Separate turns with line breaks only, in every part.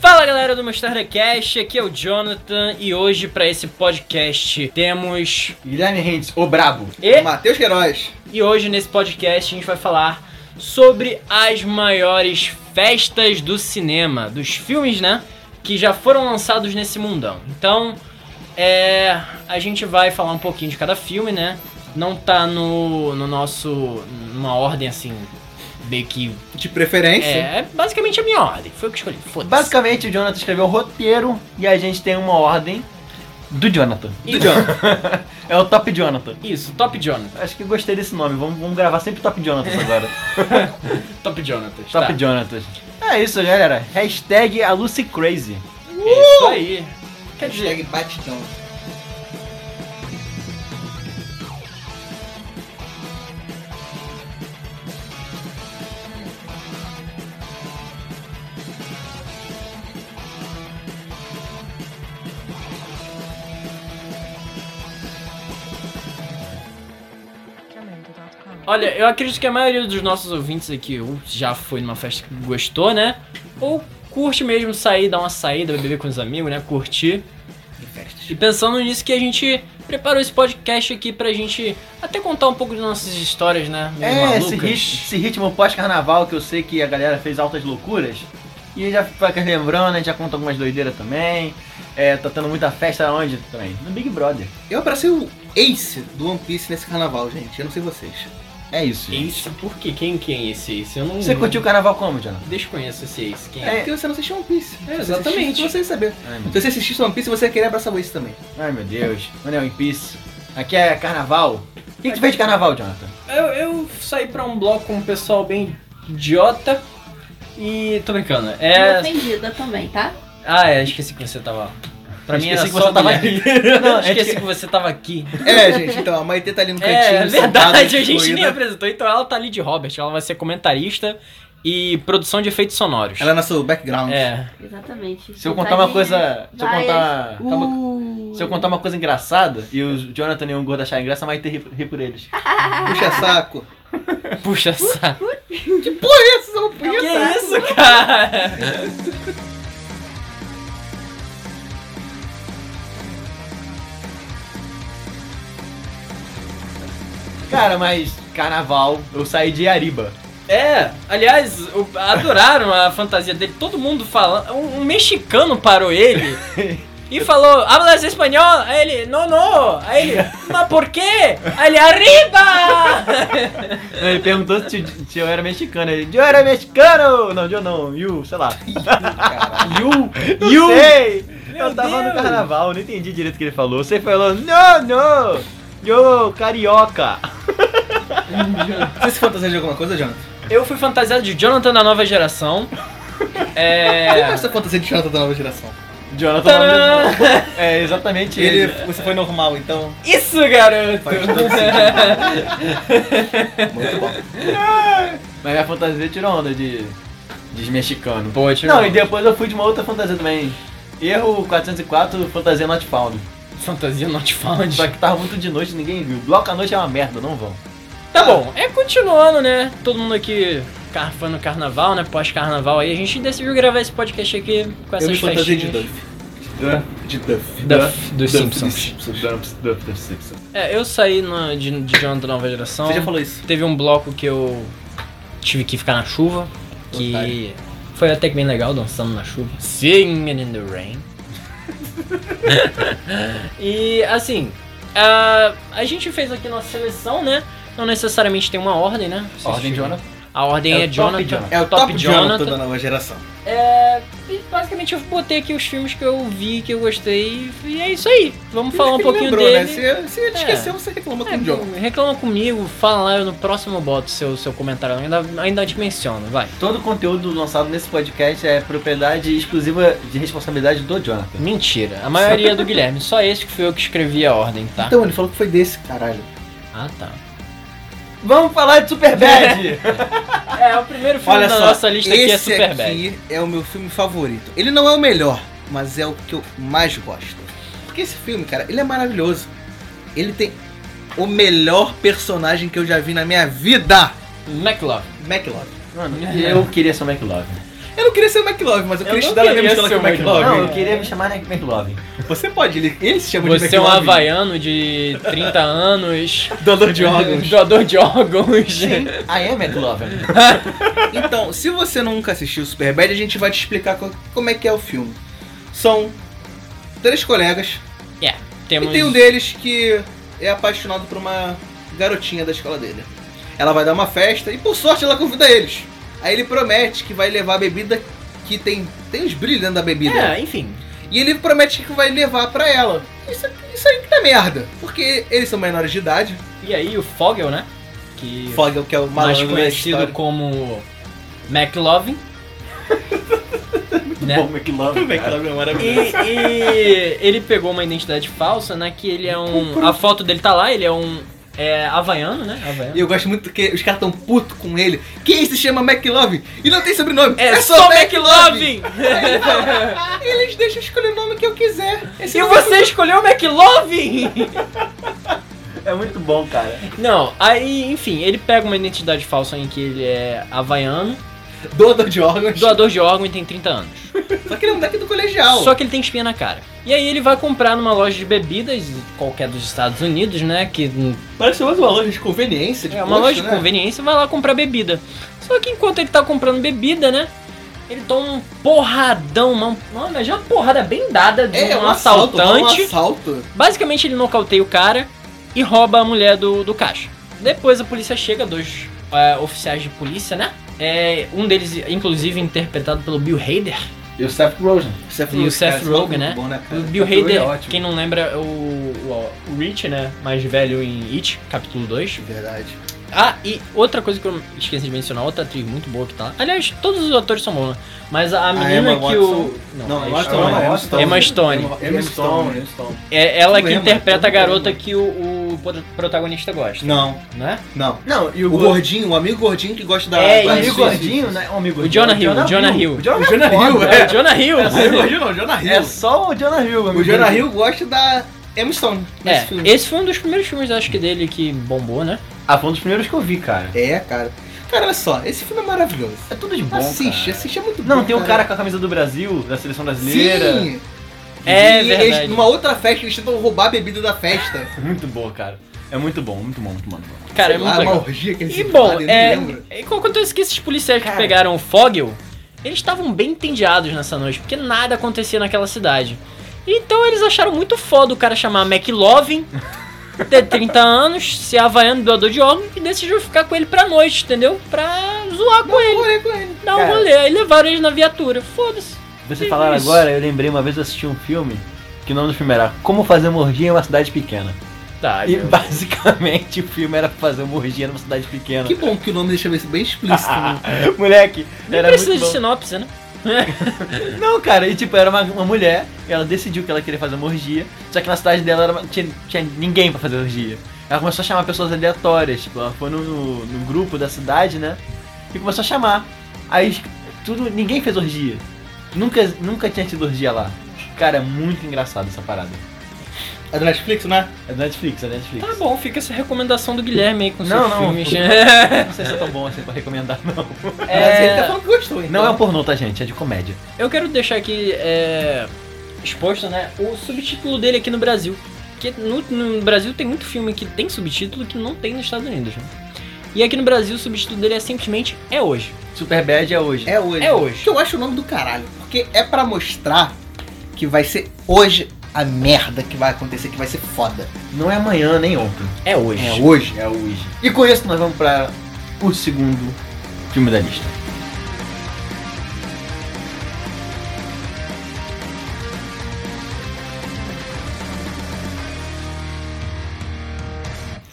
Fala galera do Mostarda Cast, aqui é o Jonathan e hoje para esse podcast temos
Guilherme Rentes, o brabo.
E?
Matheus Queiroz.
e hoje nesse podcast a gente vai falar sobre as maiores festas do cinema, dos filmes, né, que já foram lançados nesse mundão. Então, é, a gente vai falar um pouquinho de cada filme, né? Não tá no, no nosso numa ordem assim meio que
De preferência.
é, é basicamente a minha ordem. Foi o que eu escolhi. Foda-se.
Basicamente, o Jonathan escreveu o roteiro e a gente tem uma ordem do Jonathan.
Isso.
É o Top Jonathan.
Isso, Top Jonathan.
Acho que eu gostei desse nome. Vamos, vamos gravar sempre Top Jonathan agora.
Top Jonathan.
Top
tá.
Jonathan. É isso, galera. Hashtag a Lucy Crazy.
É isso aí. Quer dizer,
Hashtag batidão.
olha, eu acredito que a maioria dos nossos ouvintes aqui ou já foi numa festa que gostou, né? Ou curte mesmo sair, dar uma saída, beber com os amigos, né? Curtir. E pensando nisso que a gente preparou esse podcast aqui pra gente até contar um pouco de nossas histórias, né? Meio
É, esse,
malucas.
rit- esse ritmo pós-carnaval que eu sei que a galera fez altas loucuras. E já fica lembrando, a gente já conta algumas doideiras também. É, tá tendo muita festa onde também? No Big Brother.
Eu abracei o ace do One Piece nesse carnaval, gente. Eu não sei vocês.
É isso. gente.
Ace, por quê? Quem, quem é esse Ace? Eu não.
Você curtiu o carnaval como, Jonathan?
Desconheço esse Ace. Quem é?
É. Porque você não assistiu One Piece.
É,
Se você
exatamente.
assistisse, Você ia saber.
Ai, meu
Se você assistisse One Piece, você ia querer abraçar o ace também.
Ai meu Deus, mano, é One Piece. Aqui é carnaval. O que, que tu fez de carnaval, Jonathan?
é? Eu, eu saí pra um bloco com um pessoal bem idiota. E. tô brincando.
E
É.
ofendida também, tá?
Ah, é, esqueci que você tava. lá. Pra mim
Esqueci
era
que
só
você tava
Guilherme.
Não,
esqueci
é que-
que você tava aqui.
É, gente, então a Maitê tá ali no cantinho.
É
sentada,
verdade, a gente
excluída.
nem apresentou. Então ela tá ali de Robert, ela vai ser comentarista e produção de efeitos sonoros.
Ela é nosso background.
É.
Exatamente.
Se eu contar uma coisa. Se eu
Vai,
contar.
Uh.
calma- Se eu contar uma coisa engraçada e o Jonathan e o Gordo acharem graça, vai ter rir rir por eles.
Puxa saco.
Puxa saco.
Esse é o
Que isso, cara?
Cara, mas carnaval, eu saí de Ariba.
É, aliás, o- adoraram a fantasia dele, todo mundo falando. Um, um mexicano parou ele e falou, hablas espanhol? Aí ele, não, não. Aí ele, mas por quê? Aí ele, arriba!
Ele perguntou se, se eu era mexicano. Ele, eu era mexicano! Não, eu não, you, sei lá.
You,
You! Sei.
Meu
Eu tava no
Deus.
carnaval, não entendi direito o que ele falou. Você falou, não, não! Yo, carioca!
Você se fantasia de alguma coisa, Jonathan?
Eu fui fantasiado de Jonathan da nova geração.
Como é tá
É.
essa fantasia de Jonathan da nova geração?
Jonathan
Tadã!
É exatamente
Ele,
ele.
você foi normal, então...
Isso, garoto!
Faz um todo Muito bom.
Mas minha fantasia tirou onda de. de mexicano.
Boa, tio.
Não, e depois eu fui de uma outra fantasia também. Erro 404, fantasia not found.
Fantasia not found.
Tá.
Só que tava muito de noite, ninguém viu. Bloco à noite é uma merda, não vão.
Tá bom, é continuando, né? Todo mundo aqui carfando carnaval, né? Pós-carnaval aí, a gente decidiu gravar esse podcast aqui com
Eu
essas
me fantasia de
festinhas.
Duff. De Duff.
Duff, dos
Duff,
Simpsons.
dos Simpsons.
É, eu saí na- de, de Jonathan Nova Geração.
Você já falou isso.
Teve um bloco que eu tive que ficar na chuva, que
Otário.
foi até que bem legal, dançando na chuva. Singing in the rain. e assim, a, a gente fez aqui nossa seleção, né? Não necessariamente tem uma ordem, né? Vocês
Ordem,
ficam-
Jonathan.
A ordem
É
é,
o top
Jonathan.
Jonathan.
É o top, Jonathan, da nova geração.
É, e basicamente eu botei aqui os filmes que eu vi, que eu gostei, e é isso aí. Vamos falar um
Ele
pouquinho
lembrou,
dele.
né? Se, se ele
É.
esqueceu, você reclama com o Jonathan.
É, reclama comigo, fala lá, eu no próximo eu boto seu, seu comentário, ainda, ainda te menciono, vai.
Todo o conteúdo lançado nesse podcast é propriedade exclusiva de responsabilidade do Jonathan.
Mentira, a maioria é do Guilherme, só esse que fui eu que escrevi a ordem, tá?
Então, ele falou que foi desse, caralho.
Ah, tá.
Vamos falar de Superbad!
É, o primeiro filme da nossa lista aqui é
esse
Superbad.
aqui é o meu filme favorito. Ele não é o melhor, mas é o que eu mais gosto. Porque esse filme, cara, ele é maravilhoso. Ele tem o melhor personagem que eu já vi na minha vida.
McLaughlin.
McLaughlin.
Mano, eu queria ser o McLove.
Eu não queria ser o McLove, mas eu
Eu
queria
não
estudar na
queria
mesma escola que o
ser o
McLove.
Não, eu
é.
queria me chamar McLove.
Você pode, ele, ele se chama de
Você é um
McLove.
havaiano de 30 anos.
Doador de órgãos.
Doador de órgãos.
I am McLove.
Então, se você nunca assistiu Superbad, a gente vai te explicar co- como é que é o filme. São três colegas
É, temos.
e tem um deles que é apaixonado por uma garotinha da escola dele. Ela vai dar uma festa e por sorte ela convida eles. Aí ele promete que vai levar a bebida que tem tem uns brilhos dentro da bebida.
É, enfim.
E ele promete que vai levar pra ela. Isso, isso aí que dá merda, porque eles são menores de idade.
E aí o Fogel, né? Que
Fogel que é o
mais
malandro da
conhecido
história.
como McLovin. né?
Bom, McLove. cara.
McLove é maravilhoso.
E, e ele pegou uma identidade falsa, né? Que ele é um. A foto dele tá lá, ele é um. É havaiano, né? Havaiano.
E eu gosto muito que os caras tão putos com ele. Quem se chama McLovin? E não tem sobrenome.
É,
só
só
McLovin.
McLovin!
E Eles deixam eu escolher o nome que eu quiser. Esse
e
nome-
você escolheu McLovin!
É muito bom, cara.
Não, aí, enfim, ele pega uma identidade falsa em que ele é havaiano,
Doador é de órgãos.
doador de órgão e tem 30 anos.
Só que ele é um moleque do colegial.
Só que ele tem espinha na cara. E aí ele vai comprar numa loja de bebidas, qualquer dos Estados Unidos, né? Que hum,
Parece mais uma loja de conveniência.
é uma loja de
né?
conveniência, vai lá comprar bebida. Só que enquanto ele tá comprando bebida, né? Ele toma um porradão, uma, uma, mas já uma porrada bem dada de
É,
um,
um assalto.
assaltante.
Um assalto.
Basicamente ele nocauteia o cara e rouba a mulher do, do caixa. Depois a polícia chega, dois é, oficiais de polícia, né? É, um deles, inclusive, interpretado pelo Bill Hader.
E o Seth Rogen.
Seth
E o Seth Rogen, né?
Bom, né
O
cara?
Bill
Bill
Hader,
é ótimo.
quem não lembra, é o, o, o Rich, né? Mais velho em It, capítulo 2.
Verdade.
Ah, e outra coisa que eu esqueci de mencionar, outra atriz muito boa que tá lá. Aliás, todos os atores são bons, né? Mas a menina
Emma
que o.
Watson.
Não,
Não,
é
Emma
Stone,
Watson,
né?
Emma Stone.
Emma Stone.
Emma Stone. Emma Stone.
É ela
Eu
que
lembro,
interpreta a
eu lembro.
garota que o, o pro- protagonista gosta,
Não,
né?
não.
Não, e
O
o,
gordinho, o amigo gordinho que gosta da...
É,
O
da-
amigo
isso,
gordinho, né? O amigo
O Jonah Hill, o Jonah Hill.
O Jonah,
O Jonah
Hill,
Hill,
foda.
É o Jonah Hill!
Não é gordinho não, Jonah Hill.
É só o Jonah Hill, amigo
O Jonah
dele.
Hill gosta da Emma Stone. nesse
É,
filme.
esse foi um dos primeiros filmes, acho que dele que bombou, né?
Ah, foi um dos primeiros que eu vi, cara.
É, cara. Cara, olha só, esse filme é maravilhoso.
É tudo de bom.
assiste,
cara.
assiste, é muito bom.
Não, tem um cara com a camisa do Brasil, da seleção brasileira.
Sim!
É
e
verdade.
Eles, numa outra festa, eles tentam roubar a bebida da festa.
Muito boa, cara. É muito bom, muito bom, muito bom. muito bom.
Cara, é
Sei lá,
muito
uma
legal.
orgia que eles
E bom,
fazem, eu não
é,
lembro.
e acontece que esses policiais
Cara.
que pegaram o Fogel, eles estavam bem entediados nessa noite, porque nada acontecia naquela cidade. Então eles acharam muito foda o cara chamar McLovin, ter 30 anos, ser havaiano, doador de órgão, e decidiu ficar com ele pra noite, entendeu? Pra zoar ah, com ele,
Olha é com ele.
dar um
Cara.
rolê. Aí levaram eles na viatura, foda-se.
Você
Que
falar
isso?
agora, eu lembrei uma vez eu assisti um filme que o nome do filme era Como Fazer uma Orgia em uma Cidade Pequena.
Tá,
E basicamente o filme era fazer uma orgia numa cidade pequena.
Que bom que o nome deixa isso é bem explícito.
Ah,
né?
Moleque,
nem
era
precisa de
muito bom.
sinopse, né?
Não, cara, e tipo, era uma, uma mulher, e ela decidiu que ela queria fazer uma orgia, só que na cidade dela era uma- tinha, tinha ninguém pra fazer orgia. Ela começou a chamar pessoas aleatórias, tipo, ela foi no, no- no grupo da cidade, né? E começou a chamar. Aí tipo, tudo, ninguém fez orgia. Nunca, nunca tinha tido orgia lá. Cara, é muito engraçado essa parada.
ah.
É do Netflix, né?
É da Netflix, é da Netflix.
Tá bom, fica essa recomendação do Guilherme aí com
Não,
seus
não.
filmes. né?
Não sei se é tão bom assim pra recomendar, não.
É.
Mas ele tá falando que gostou, então.
Não é um pornô, tá, gente? É de comédia.
Eu quero deixar aqui é, exposto, né, o subtítulo dele aqui no Brasil. Porque no, no Brasil tem muito filme que tem subtítulo que não tem nos Estados Unidos. né? E aqui no Brasil o subtítulo dele é simplesmente É Hoje.
Superbad é hoje.
É hoje.
É hoje.
Que eu acho o nome do caralho. Porque é pra mostrar que vai ser hoje a merda que vai acontecer, que vai ser foda.
Não é amanhã nem ontem.
É Hoje.
É hoje.
É hoje. E com isso nós vamos para o segundo filme da lista.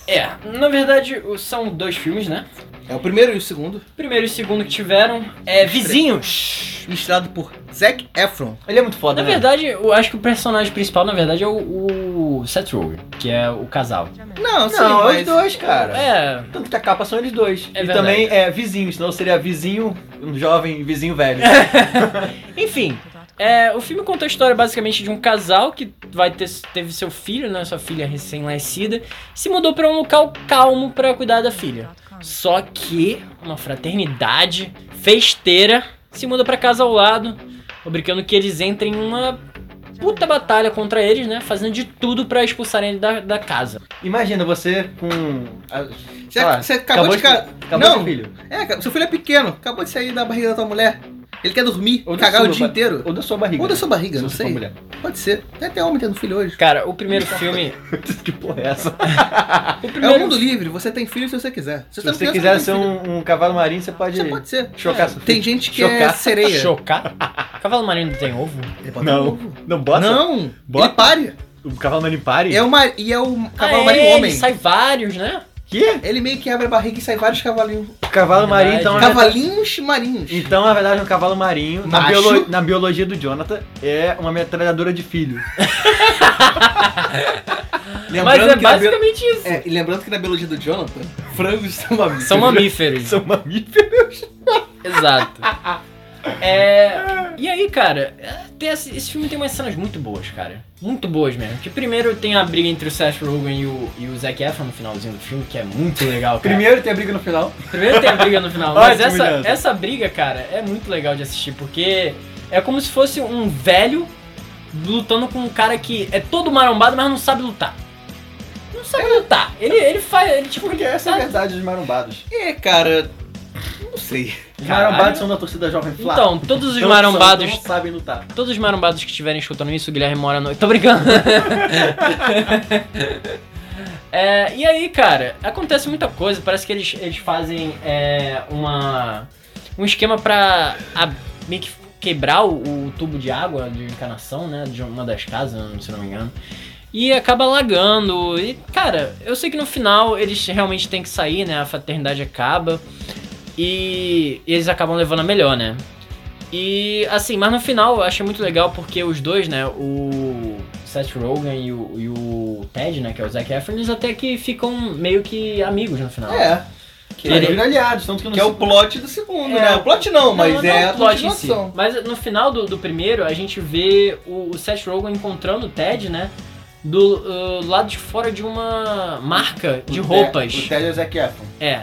É, na verdade o- são dois filmes, né?
É o primeiro e o segundo.
O primeiro e o segundo que tiveram é Vizinhos.
Misturado por Zac Efron.
Ele é muito foda,
Na
né?
verdade, eu acho que o personagem principal, na verdade, é o, o Seth Rogen, que é o casal.
Não, sim,
Não, é
mas...
os dois, cara.
É,
Tanto que tá a capa são eles dois.
É
e
verdade.
também é vizinho, senão seria vizinho, um jovem vizinho velho.
É.
Enfim, é, o filme conta a história basicamente de um casal que vai ter, teve seu filho, né, sua filha recém-nascida, se mudou pra um local calmo pra cuidar da filha. Só que uma fraternidade festeira se muda pra casa ao lado, obrigando que eles entrem em uma puta batalha contra eles, né? Fazendo de tudo pra expulsarem ele da, da casa.
Imagina você com. a-
Você,
sei
Ah,
lá,
você acabou, de. ca-
Acabou
Não.
seu filho.
É, cara, seu filho é pequeno, acabou de sair da barriga da tua mulher. Ele quer dormir,
Ou da
cagar o
sua
dia
ba-
inteiro.
Ou da sua barriga.
Ou da sua barriga,
Se
não
você for
sei.
mulher.
Pode ser. Tem até homem tendo filho hoje.
Cara, o primeiro filme.
que porra é essa?
tá
O
É o
primeiro
mundo livre, você tem filho se você quiser.
Se
não
você
tem,
quiser
tem
ser
filho.
um, um cavalo marinho, você pode,
Você pode ser.
chocar seu
Tem
filho.
gente que é
Chocar.
sereia.
chocar. Cavalo marinho não tem ovo?
Ele bota
Não.
ovo.
Não, bota.
Não,
Bota.
ele pare.
O cavalo marinho pare?
É uma, e é o cavalo
Ah,
marinho
é,
homem.
ele Sai vários, né?
Que?
Ele meio que abre a barriga e sai vários cavalinhos.
O cavalo
Verdade.
marinho, então... é-
Cavalinhos marinhos.
Então, na verdade, um cavalo marinho, na,
Macho.
biolo- na biologia do Jonathan, é uma metralhadora de filho.
Mas é
que na bio-
basicamente isso.
é, e lembrando que na biologia do Jonathan, frangos são mamíferos.
São mamíferos.
São mamíferos.
Exato. É, e aí, cara, é, tem esse, esse filme tem umas cenas muito boas, cara. Muito boas mesmo. Que primeiro tem a briga entre o Seth Rogen e o, e o Zac Efron no finalzinho do filme, que é muito legal, cara.
Primeiro tem a briga no final.
Primeiro tem a briga no final, mas
Ótimo,
essa,
Leandro.
essa briga, cara, é muito legal de assistir, porque é como se fosse um velho lutando com um cara que é todo marombado, mas não sabe lutar. Não sabe lutar. Ele, ele faz. Ele, tipo,
É. Porque essa é a verdade dos marombados.
É, cara. Não sei.
Os
Caralho.
marombados é são da torcida jovem Flá.
Então, todos os
Não
marombados
são, não sabem lutar.
Todos os marombados que estiverem escutando isso, o Guilherme mora no. Tô brincando. É, e aí, cara, acontece muita coisa. Parece que eles, eles fazem é, uma, um esquema pra a- meio que quebrar o, o tubo de água de encarnação, né? De uma das casas, se não me engano. E acaba lagando. E, cara, eu sei que no final eles realmente têm que sair, né? A fraternidade acaba. E eles acabam levando a melhor, né? E assim, mas no final eu achei muito legal porque os dois, né? O Seth Rogen e o, e o Ted, né? Que é o Zac Efron, eles até que ficam meio que amigos no final.
É.
Que
Ele-
eles viram aliados, tanto que não
Que é
se-
o plot do segundo,
É.
né? O plot não, mas
não,
é
não
a
o plot em si.
continuação.
Mas no final do, do primeiro, a gente vê o, o Seth Rogen encontrando o Ted, né? Do uh, lado de fora de uma marca de
o Ted-
roupas.
O Ted e o Zac Efron.
É.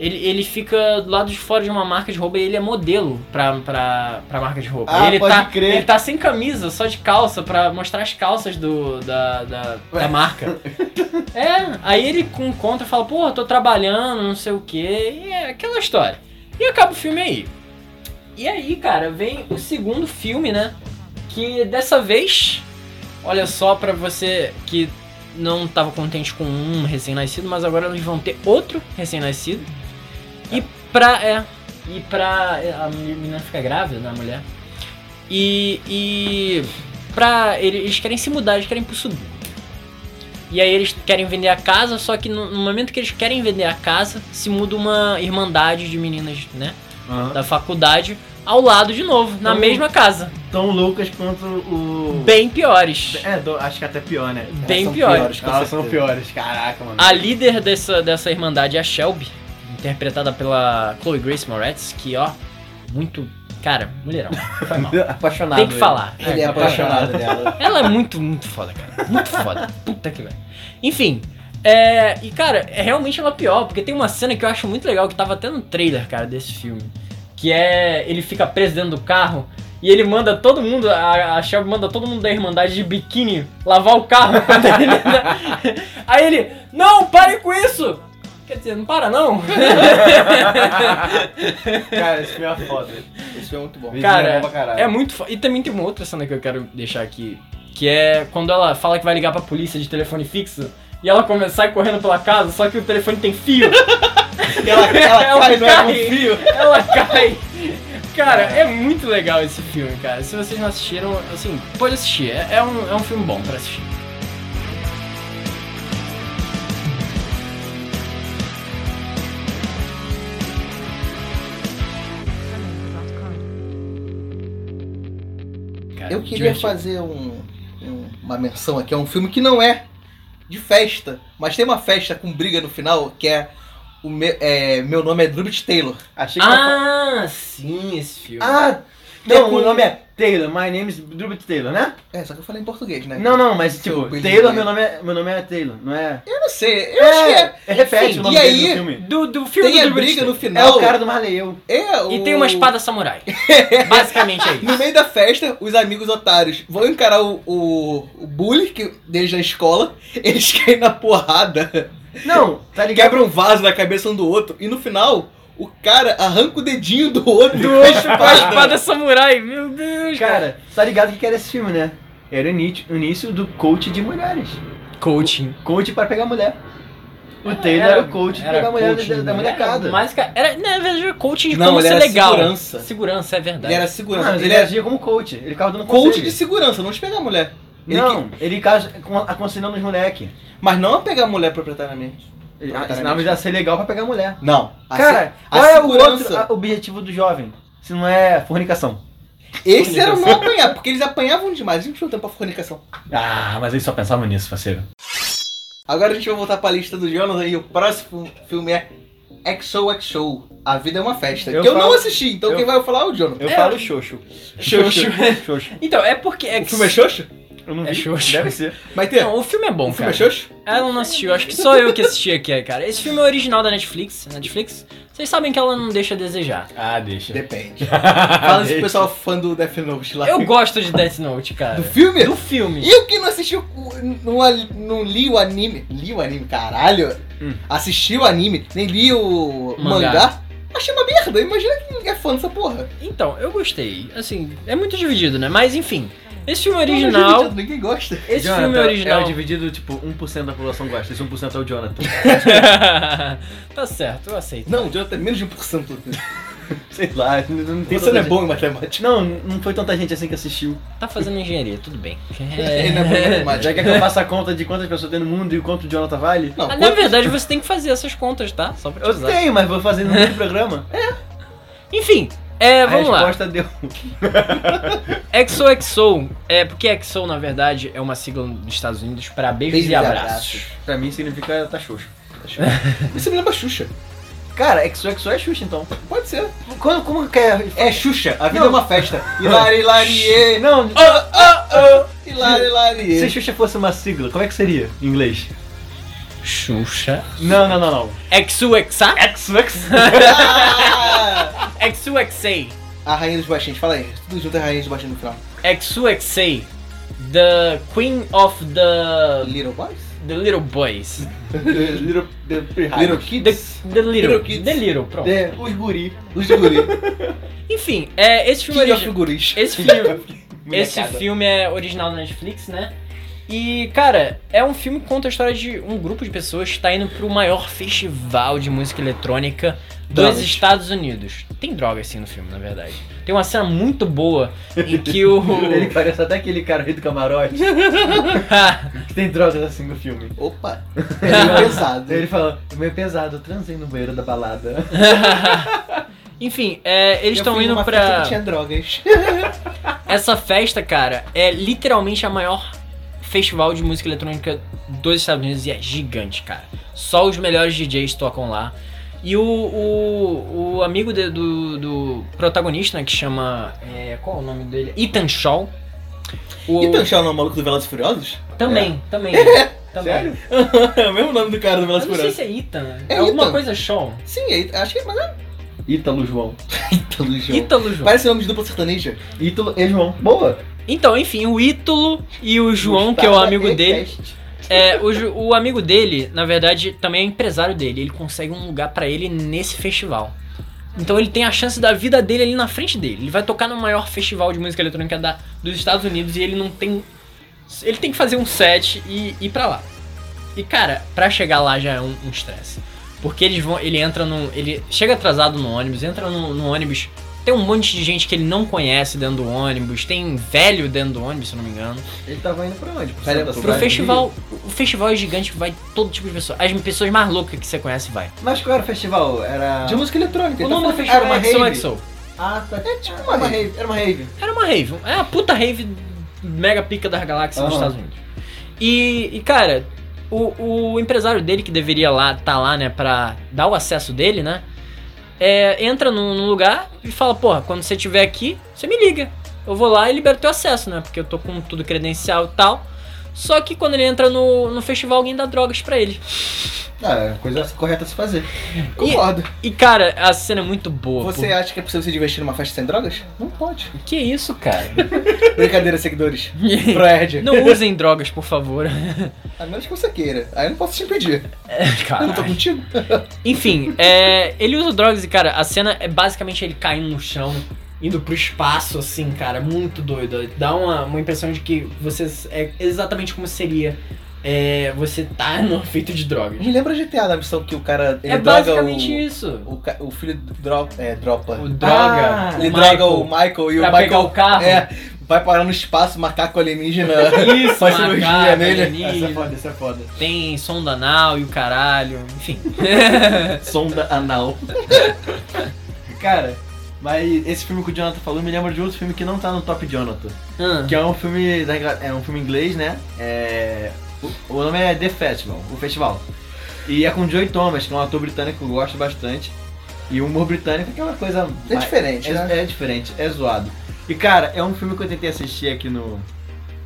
Ele, ele fica do lado de fora de uma marca de roupa e ele é modelo pra, pra, pra marca de roupa.
Ah,
ele,
pode
tá,
crer.
ele tá sem camisa, só de calça, pra mostrar as calças do, da, da, da
Ué.
marca. é, aí ele com- encontra e fala, porra, tô trabalhando, não sei o quê. E é aquela história. E acaba o filme aí. E aí, cara, vem o segundo filme, né? Que dessa vez, olha só pra você que não tava contente com um recém-nascido, mas agora eles vão ter outro recém-nascido. E pra. É. E pra. é, A menina fica grávida, né? A mulher. E. E. Pra. ele- Eles querem se mudar, eles querem ir pro subúrbio. E aí eles querem vender a casa, só que no, no momento que eles querem vender a casa, se muda uma irmandade de meninas, né?
Tá.
Da faculdade ao lado de novo, na
Então-
mesma casa.
Tão loucas quanto o...
Bem piores.
É, do- acho que até pior, né?
Elas
Bem
são
piores.
piores, com
Elas são
certeza.
piores, caraca, mano.
A líder dessa, dessa irmandade é a Shelby, interpretada pela Chloe Grace Moretz, que ó, muito. Cara, mulherão. Foi mal.
Apaixonado.
Tem que falar.
Ele é apaixonado
né?
dela.
Ela é muito, muito foda, cara. Muito foda. Puta que velho. Enfim. É, e cara, é realmente ela pior, porque tem uma cena que eu acho muito legal, que tava até no trailer, cara, desse filme. Que é. Ele fica preso dentro do carro e ele manda todo mundo, a, a Shelby manda todo mundo da Irmandade de biquíni lavar o carro quando ele. né? Aí ele, não, pare com isso! Quer dizer, não para não?
Cara, esse filme é foda.
Isso é muito bom.
Vizinha
Cara,
bom pra caralho.
é muito fo- E também tem uma outra cena que eu quero deixar aqui, que é quando ela fala que vai ligar pra polícia de telefone fixo e ela começa, sai correndo pela casa, só que o telefone tem fio.
Ela, ela,
Ela
cai, não é com
cai. um
fio.
ela cai. Cara, é muito legal esse filme, cara. Se vocês não assistiram, assim, pode assistir. É, é um, é um filme bom pra assistir. Cara,
Eu queria
divertido.
fazer um- um- uma menção aqui. É um filme que não é de festa, mas tem uma festa com briga no final que é. O me- é, meu nome é Drubit Taylor.
Achei que
Ah, sim, esse filme.
Ah,
Não,
Tem
o
um-
nome é Taylor, my name is Drubit Taylor, né?
É, só que eu falei em português, né?
Não, não, mas tipo,
Seu Quentin
Taylor,
Taylor.
meu nome, é, meu nome é Taylor, não é?
Eu não sei, eu acho que é.
repete
Enfim,
o nome
e
dele
aí,
no filme.
Do, do filme
Tem a
do Bruce
briga no
Lee.
final.
É o cara do Marley eu.
É,
E
o-
tem uma espada samurai. Basicamente é isso.
No meio da festa, os amigos otários vão encarar o, o, o bully que, desde a escola. Eles caem na porrada,
Não, tá ligado?
quebram um vaso na cabeça um do outro. E no final, o cara arranca o dedinho do outro.
Do outro com a espada samurai, meu Deus, cara.
Cara, tá ligado o que era esse filme, né? Era o ini- o início do coach de mulheres.
Coaching.
Coach para pegar mulher.
É,
O Taylor era o coach para pegar mulher da, da molecada. Ah,
Mas, cara, era, na verdade, era coaching de
né? Não,
como
ele
ser
era
legal.
segurança.
Segurança, é verdade.
Ele era
Não,
segurança.
mas
ele
ele
era
agia como coach. Ele ficava dando
coach
conselho.
de segurança, não de pegar mulher. Ele Ah,
Não, ele casa com- aconselhando os moleque.
que- Mas não a pegar mulher proprietariamente.
Ele
Ah,
ensinava eles a ser legal pra pegar mulher.
Não. A
Cara,
se- a
qual é o
segurança-
outro a- objetivo do jovem? Se não é fornicação.
Esse era o não apanhar, porque eles apanhavam demais. A gente não tinha tempo pra fornicação.
Ah, mas eles só pensavam nisso, parceiro.
Agora a gente vai voltar pra lista do Jonas e o próximo filme é XOXO. A Vida é uma Festa.
Eu
que eu
falo-
não assisti, então
eu-
quem vai falar é o Jonas.
Eu
É.
falo xoxo.
Xoxo.
Xoxo.
Então, é porque... É
O filme é Xoxo?
Eu não
É
vi.
xoxo.
Deve ser.
Vai ter?
Não, o filme é bom,
o filme é
cara.
Xoxo?
Ela não assistiu, acho que só eu que assisti aqui, cara. Esse filme é original da Netflix. Netflix, vocês sabem que ela não deixa a desejar.
Ah, deixa.
Depende. Fala isso pro pessoal fã do Death Note lá.
Eu gosto de Death Note, cara.
Do filme?
Do filme.
E o que não assistiu, o- não, a- não li o anime, li o anime, caralho,
Hum.
assisti o anime, nem li o
Mangá.
mangá. achei uma merda, imagina que é fã dessa porra.
Então, eu gostei. Assim, é muito dividido, né? Mas enfim, esse filme
Não,
original.
gente, ninguém gosta.
Esse
Jonathan
filme original.
É o dividido, tipo, 1% da população gosta. Esse 1% é o Jonathan.
tá certo, eu aceito.
Não, o Jonathan é menos de 1%.
Sei lá, não- não tem
Você
tanta
não é
gente-
bom em matemática.
Não, não foi tanta gente assim que assistiu.
Tá fazendo engenharia, tudo bem.
Ele não é bom em matemática.
Já que eu faço a conta de quantas pessoas tem no mundo e quanto o Jonathan vale.
Não,
Ah, Na
quanto-
verdade, você tem que fazer essas contas, tá? Só pra te
Eu
usar.
tenho, mas vou fazer no mesmo programa.
Enfim, é, vamos
a
lá.
resposta deu.
XOXO, é porque XO na verdade é uma sigla dos Estados Unidos para beijos,
Beijos
e
e
abraços.
Pra mim significa tá xoxo.
Isso me lembra Xuxa.
Cara, XOXO é xuxa então.
Pode ser.
Como, como que é?
É Xuxa, a vida
Não.
é uma festa. Hilari, hilarie,
Não,
hilari,
se
hilarie.
Xuxa fosse uma sigla, como é que seria em inglês?
Xuxa.
Não, não, não, não.
XOXA?
XOXO.
Ah!
XOXA.
A rainha dos baixinhos, fala aí. Tudo junto é a rainha dos baixinhos no final.
XOXA. The Queen of the
Little Boys?
The Little Boys.
Little, the,
The,
Little Kids?
the Little.
Little Kids.
The Little, pronto.
the, os guri.
Os de guri.
Enfim, é, esse filme
King of
original.
guris.
Esse filme. Esse
Molecada.
filme é original da Netflix, né? E, cara, é um filme que conta a história de um grupo de pessoas que está indo pro maior festival de música eletrônica
Drogas.
dos Estados Unidos. Tem droga assim no filme, na verdade. Tem uma cena muito boa em que o.
Ele parece até aquele cara rei do camarote que tem drogas assim no filme.
Opa! É pesado.
Ele fala, "É meio pesado, eu transei no banheiro da balada.
Enfim, é, eles
Eu
estão
fui
indo
numa festa
pra.
que tinha drogas.
Essa festa, cara, é literalmente a maior festival de música eletrônica dos Estados Unidos e é gigante, cara. Só os melhores DJs tocam lá. E o, o, o amigo de- do, do protagonista, né, que chama. é, qual é o nome dele? Ethan Shaw. O-
Então, Shaw não é o maluco do Velozes e Furiosos?
Também, também. também.
Sério?
é o mesmo nome do cara do
Eu
Velozes e
não sei
Furiosos.
se é Ethan. É,
É
alguma
Ethan.
coisa Shaw.
Sim, é, acho que é, mas é
Ítalo João.
Ítalo, João.
Ítalo João.
Parece nome de dupla sertaneja.
Ítalo e João. Boa.
Então, enfim, o Ítalo e o João, que é o
Gustavo
amigo
e
dele.
Peste.
É, o, Ju- o amigo dele, na verdade, também é empresário dele. Ele consegue um lugar pra ele nesse festival. Então ele tem a chance da vida dele ali na frente dele. Ele vai tocar no maior festival de música eletrônica da- dos Estados Unidos e ele não tem. Ele tem que fazer um set e ir pra lá. E cara, pra chegar lá já é um um estresse. porque eles vão. Ele entra num. Ele chega atrasado no ônibus, entra num, num ônibus. Tem um monte de gente que ele não conhece dentro do ônibus. Tem velho dentro do ônibus, se eu não me engano.
Ele tava indo pra onde?
Pera,
Santa
pro
Pro
Sofia?
Vai.
festival, o festival é gigante, vai todo tipo de pessoa. As pessoas mais loucas que você conhece vai.
Mas qual era o festival? Era...
De música
O
eletrônica. ele tá
então
nome do
falando-
festival
uma
é
rave?
XOXO.
Ah, tá.
É tipo
Era
uma
uma
rave.
rave. Era uma rave.
Era uma rave. É a puta rave mega pica das galáxias dos
Aham.
Estados Unidos. E, e, cara, o, o empresário dele que deveria lá tá lá, né, pra dar o acesso dele, né? é, entra num, num lugar e fala, porra, quando você estiver aqui, você me liga. Eu vou lá e libero teu acesso, né? Porque eu tô com tudo credencial e tal. Só que quando ele entra no, no festival, alguém dá drogas pra ele.
Ah, é coisa correta a se fazer. Concordo.
E cara, a cena é muito boa.
Você é- acha que é possível se divertir numa festa sem drogas? Não pode.
pô. Que isso, cara?
Brincadeira, seguidores. Proerd.
Não usem drogas, por favor.
A menos que você queira. Aí eu não posso te impedir. Eu não tô contigo.
Enfim, é, ele usa drogas e, cara, a cena é basicamente ele caindo no chão, indo pro espaço, assim, cara, muito doido. Dá uma, uma impressão de que você é exatamente como seria é, você tá no efeito de drogas.
Me lembra GTA da missão que o cara. Ele
é
droga
basicamente
o,
isso.
O, ca- o filho do dro, é, dropa.
O droga,
Ah,
o
ele
Michael,
droga o Michael e o
pra
Michael.
pegar o carro.
É, vai parar no espaço, macaco alienígena.
Isso,
faz
macaco,
cirurgia nele.
alienígena.
Essa é foda, essa é foda.
Tem sonda anal e o caralho, enfim.
Sonda anal. Cara, mas esse filme que o Jonathan falou me lembra de outro filme que não tá no top Jonathan.
Ah,
Que é um filme da Ingla- é um filme inglês, né? É, o, o nome é The Festival, o festival. E é com Joey Thomas, que é um ator britânico que eu gosto bastante. E o humor britânico é aquela coisa.
É
mais-
diferente,
é,
né?
é diferente, é zoado. E cara, é um filme que eu tentei assistir aqui no.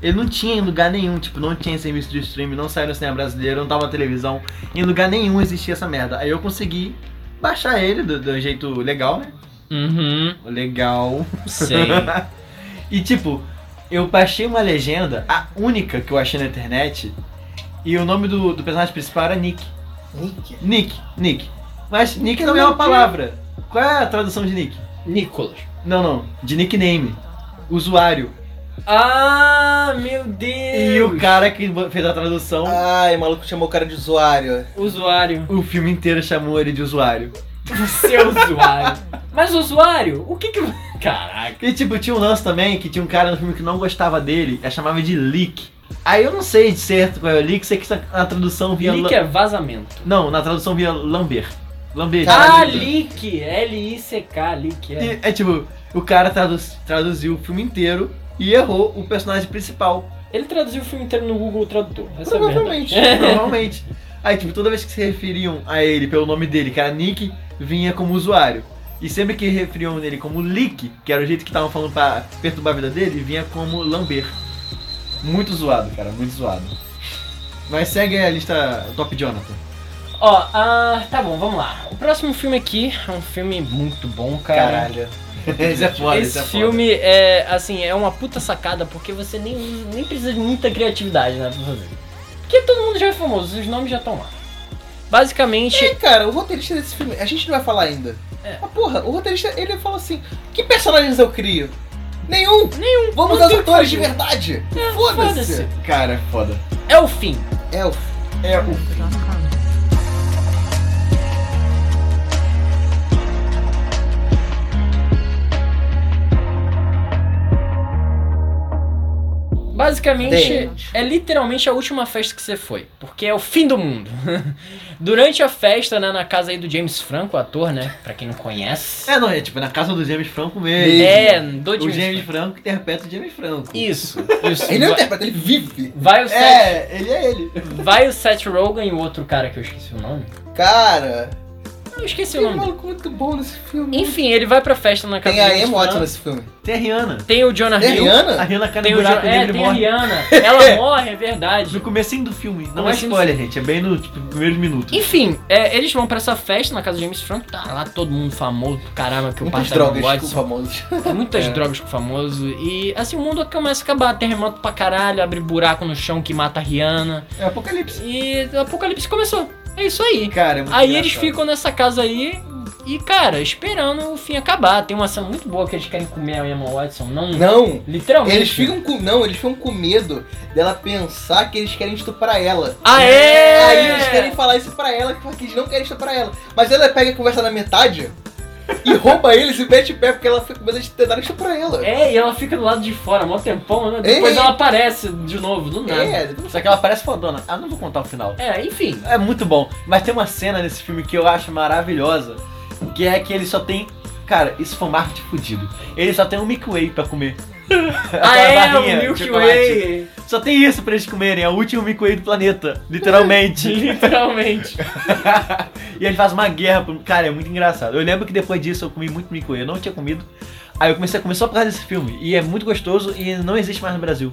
Ele não tinha em lugar nenhum, tipo, não tinha em serviço de streaming, não saiu no cinema brasileiro, não tava na televisão, em lugar nenhum existia essa merda. Aí eu consegui baixar ele do, do jeito legal, né?
Uhum,
Legal.
sei.
e tipo, eu baixei uma legenda, a única que eu achei na internet, e o nome do, do personagem principal era Nick.
Nick.
Nick, Nick. Mas Nick não é
Então,
uma
Nick.
palavra. Qual é a tradução de Nick?
Nicolas.
Não, não. De nickname. Usuário.
Ah, meu Deus!
E o cara que bo- fez a tradução,
Ai, o maluco chamou o cara de usuário.
Usuário.
o filme inteiro chamou ele de usuário.
Seu usuário. Mas usuário? O que que. Caraca.
E tipo, tinha um lance também que tinha um cara no filme que não gostava dele, é chamava de Leak. Aí eu não sei de certo qual é o Leak, sei que isso na tradução via.
Leak
la-
é vazamento.
Não, na tradução via Lambert. Lambert.
Ah,
Caralho.
leak. L-I-C-K, leak. É.
E, é tipo, o cara traduz- traduziu o filme inteiro e errou o personagem principal.
Ele traduziu o filme inteiro no Google Tradutor. Essa é a
Provavelmente.
verdade.
Provavelmente. Aí, tipo, toda vez que se referiam a ele pelo nome dele, que era Nick, vinha como usuário. E sempre que referiam nele como Lick, que era o jeito que estavam falando pra perturbar a vida dele, vinha como Lambert. Muito zoado, cara, muito zoado. Mas segue a lista Top Jonathan.
Ó, ah, tá bom, vamos lá. O próximo filme aqui é um filme muito bom, cara.
Caralho.
Esse é foda,
Esse
é foda.
filme é, assim, é uma puta sacada porque você nem, usa- nem precisa de muita criatividade, né, pra fazer. Porque todo mundo já é famoso, os nomes já estão lá. Basicamente,
E, cara, o roteirista desse filme, a gente não vai falar ainda.
É.
Mas, porra, o roteirista, ele falou assim: que personagens eu crio? Nenhum! Nenhum! Vamos
Não
aos
tem o que
atores de
fazer.
verdade!
É,
Foda-se!
Cara, é foda.
é o fim.
É o
É o
Basicamente,
Dente.
é literalmente a última festa que você foi, porque é o fim do mundo. Durante a festa, né, na casa aí do James Franco, o ator, né, pra quem não conhece.
É, não, é tipo, na casa do James Franco mesmo.
É, do
O
James,
James
Franco.
Franco interpreta o James Franco.
Isso, isso.
Ele não
vai,
interpreta, ele vive.
vai o Seth,
É, ele é ele.
vai o Seth Rogen e o outro cara que eu esqueci o nome.
Cara,
Eu esqueci o
tem um
nome. dele.
maluco muito bom nesse filme.
Enfim, ele vai pra festa na casa
Tem a
do James
Emma Watson
Franco.
nesse filme.
Tem a Rihanna.
Tem o Jonah
Tem a
Hill.
A
Rihanna?
Rihanna cai
Tem
no
o
um buraco
John...
dele
É,
ele
tem a
morre.
Rihanna. Ela morre, é verdade.
No comecinho do filme, não é
Comecinho do
spoiler, gente, é bem no tipo, primeiro minuto.
Enfim, é, eles vão pra essa festa na casa do James Franco, tá lá todo mundo famoso, caramba, que o
Muitas
pastor não
drogas É. com
gosta.
famosos.
Muitas drogas com o famoso. E assim, o mundo começa a acabar. Terremoto pra caralho, abre buraco no chão que mata a Rihanna.
É Apocalipse.
E o apocalipse começou. É isso aí.
Cara, é muito
Aí eles
engraçado.
ficam nessa casa aí e, cara, esperando o fim acabar. Tem uma cena muito boa que eles querem comer a Emma Watson. Não,
Não!
literalmente.
Eles ficam com. Não, eles ficam com medo dela pensar que eles querem estuprar ela.
Aê!
Aí eles querem falar isso pra ela, porque eles não querem estuprar ela. Mas ela pega e conversa na metade e rouba eles e mete o pé, porque ela fica com medo de tentar estuprar ela.
É, e ela fica do lado de fora, mó tempão, né? Depois
Ei.
ela aparece de novo, do nada. É,
Só que ela parece fodona. Ah, não vou contar o final.
enfim.
É muito bom. Mas tem uma cena nesse filme que eu acho maravilhosa, que é que ele só tem. Cara, isso foi um marketing fudido. Ele só tem um Milky Way pra comer.
Ah,
Aquela
é,
barrinha tipo,
o
de
Milky
chocolate.
Way.
Só tem isso pra eles comerem, é o último micoei do planeta, literalmente.
Literalmente.
e eles fazem uma guerra, pro- cara, é muito engraçado. Eu lembro que depois disso eu comi muito micoei, eu não tinha comido. Aí eu comecei a comer só por causa desse filme, e é muito gostoso e não existe mais no Brasil.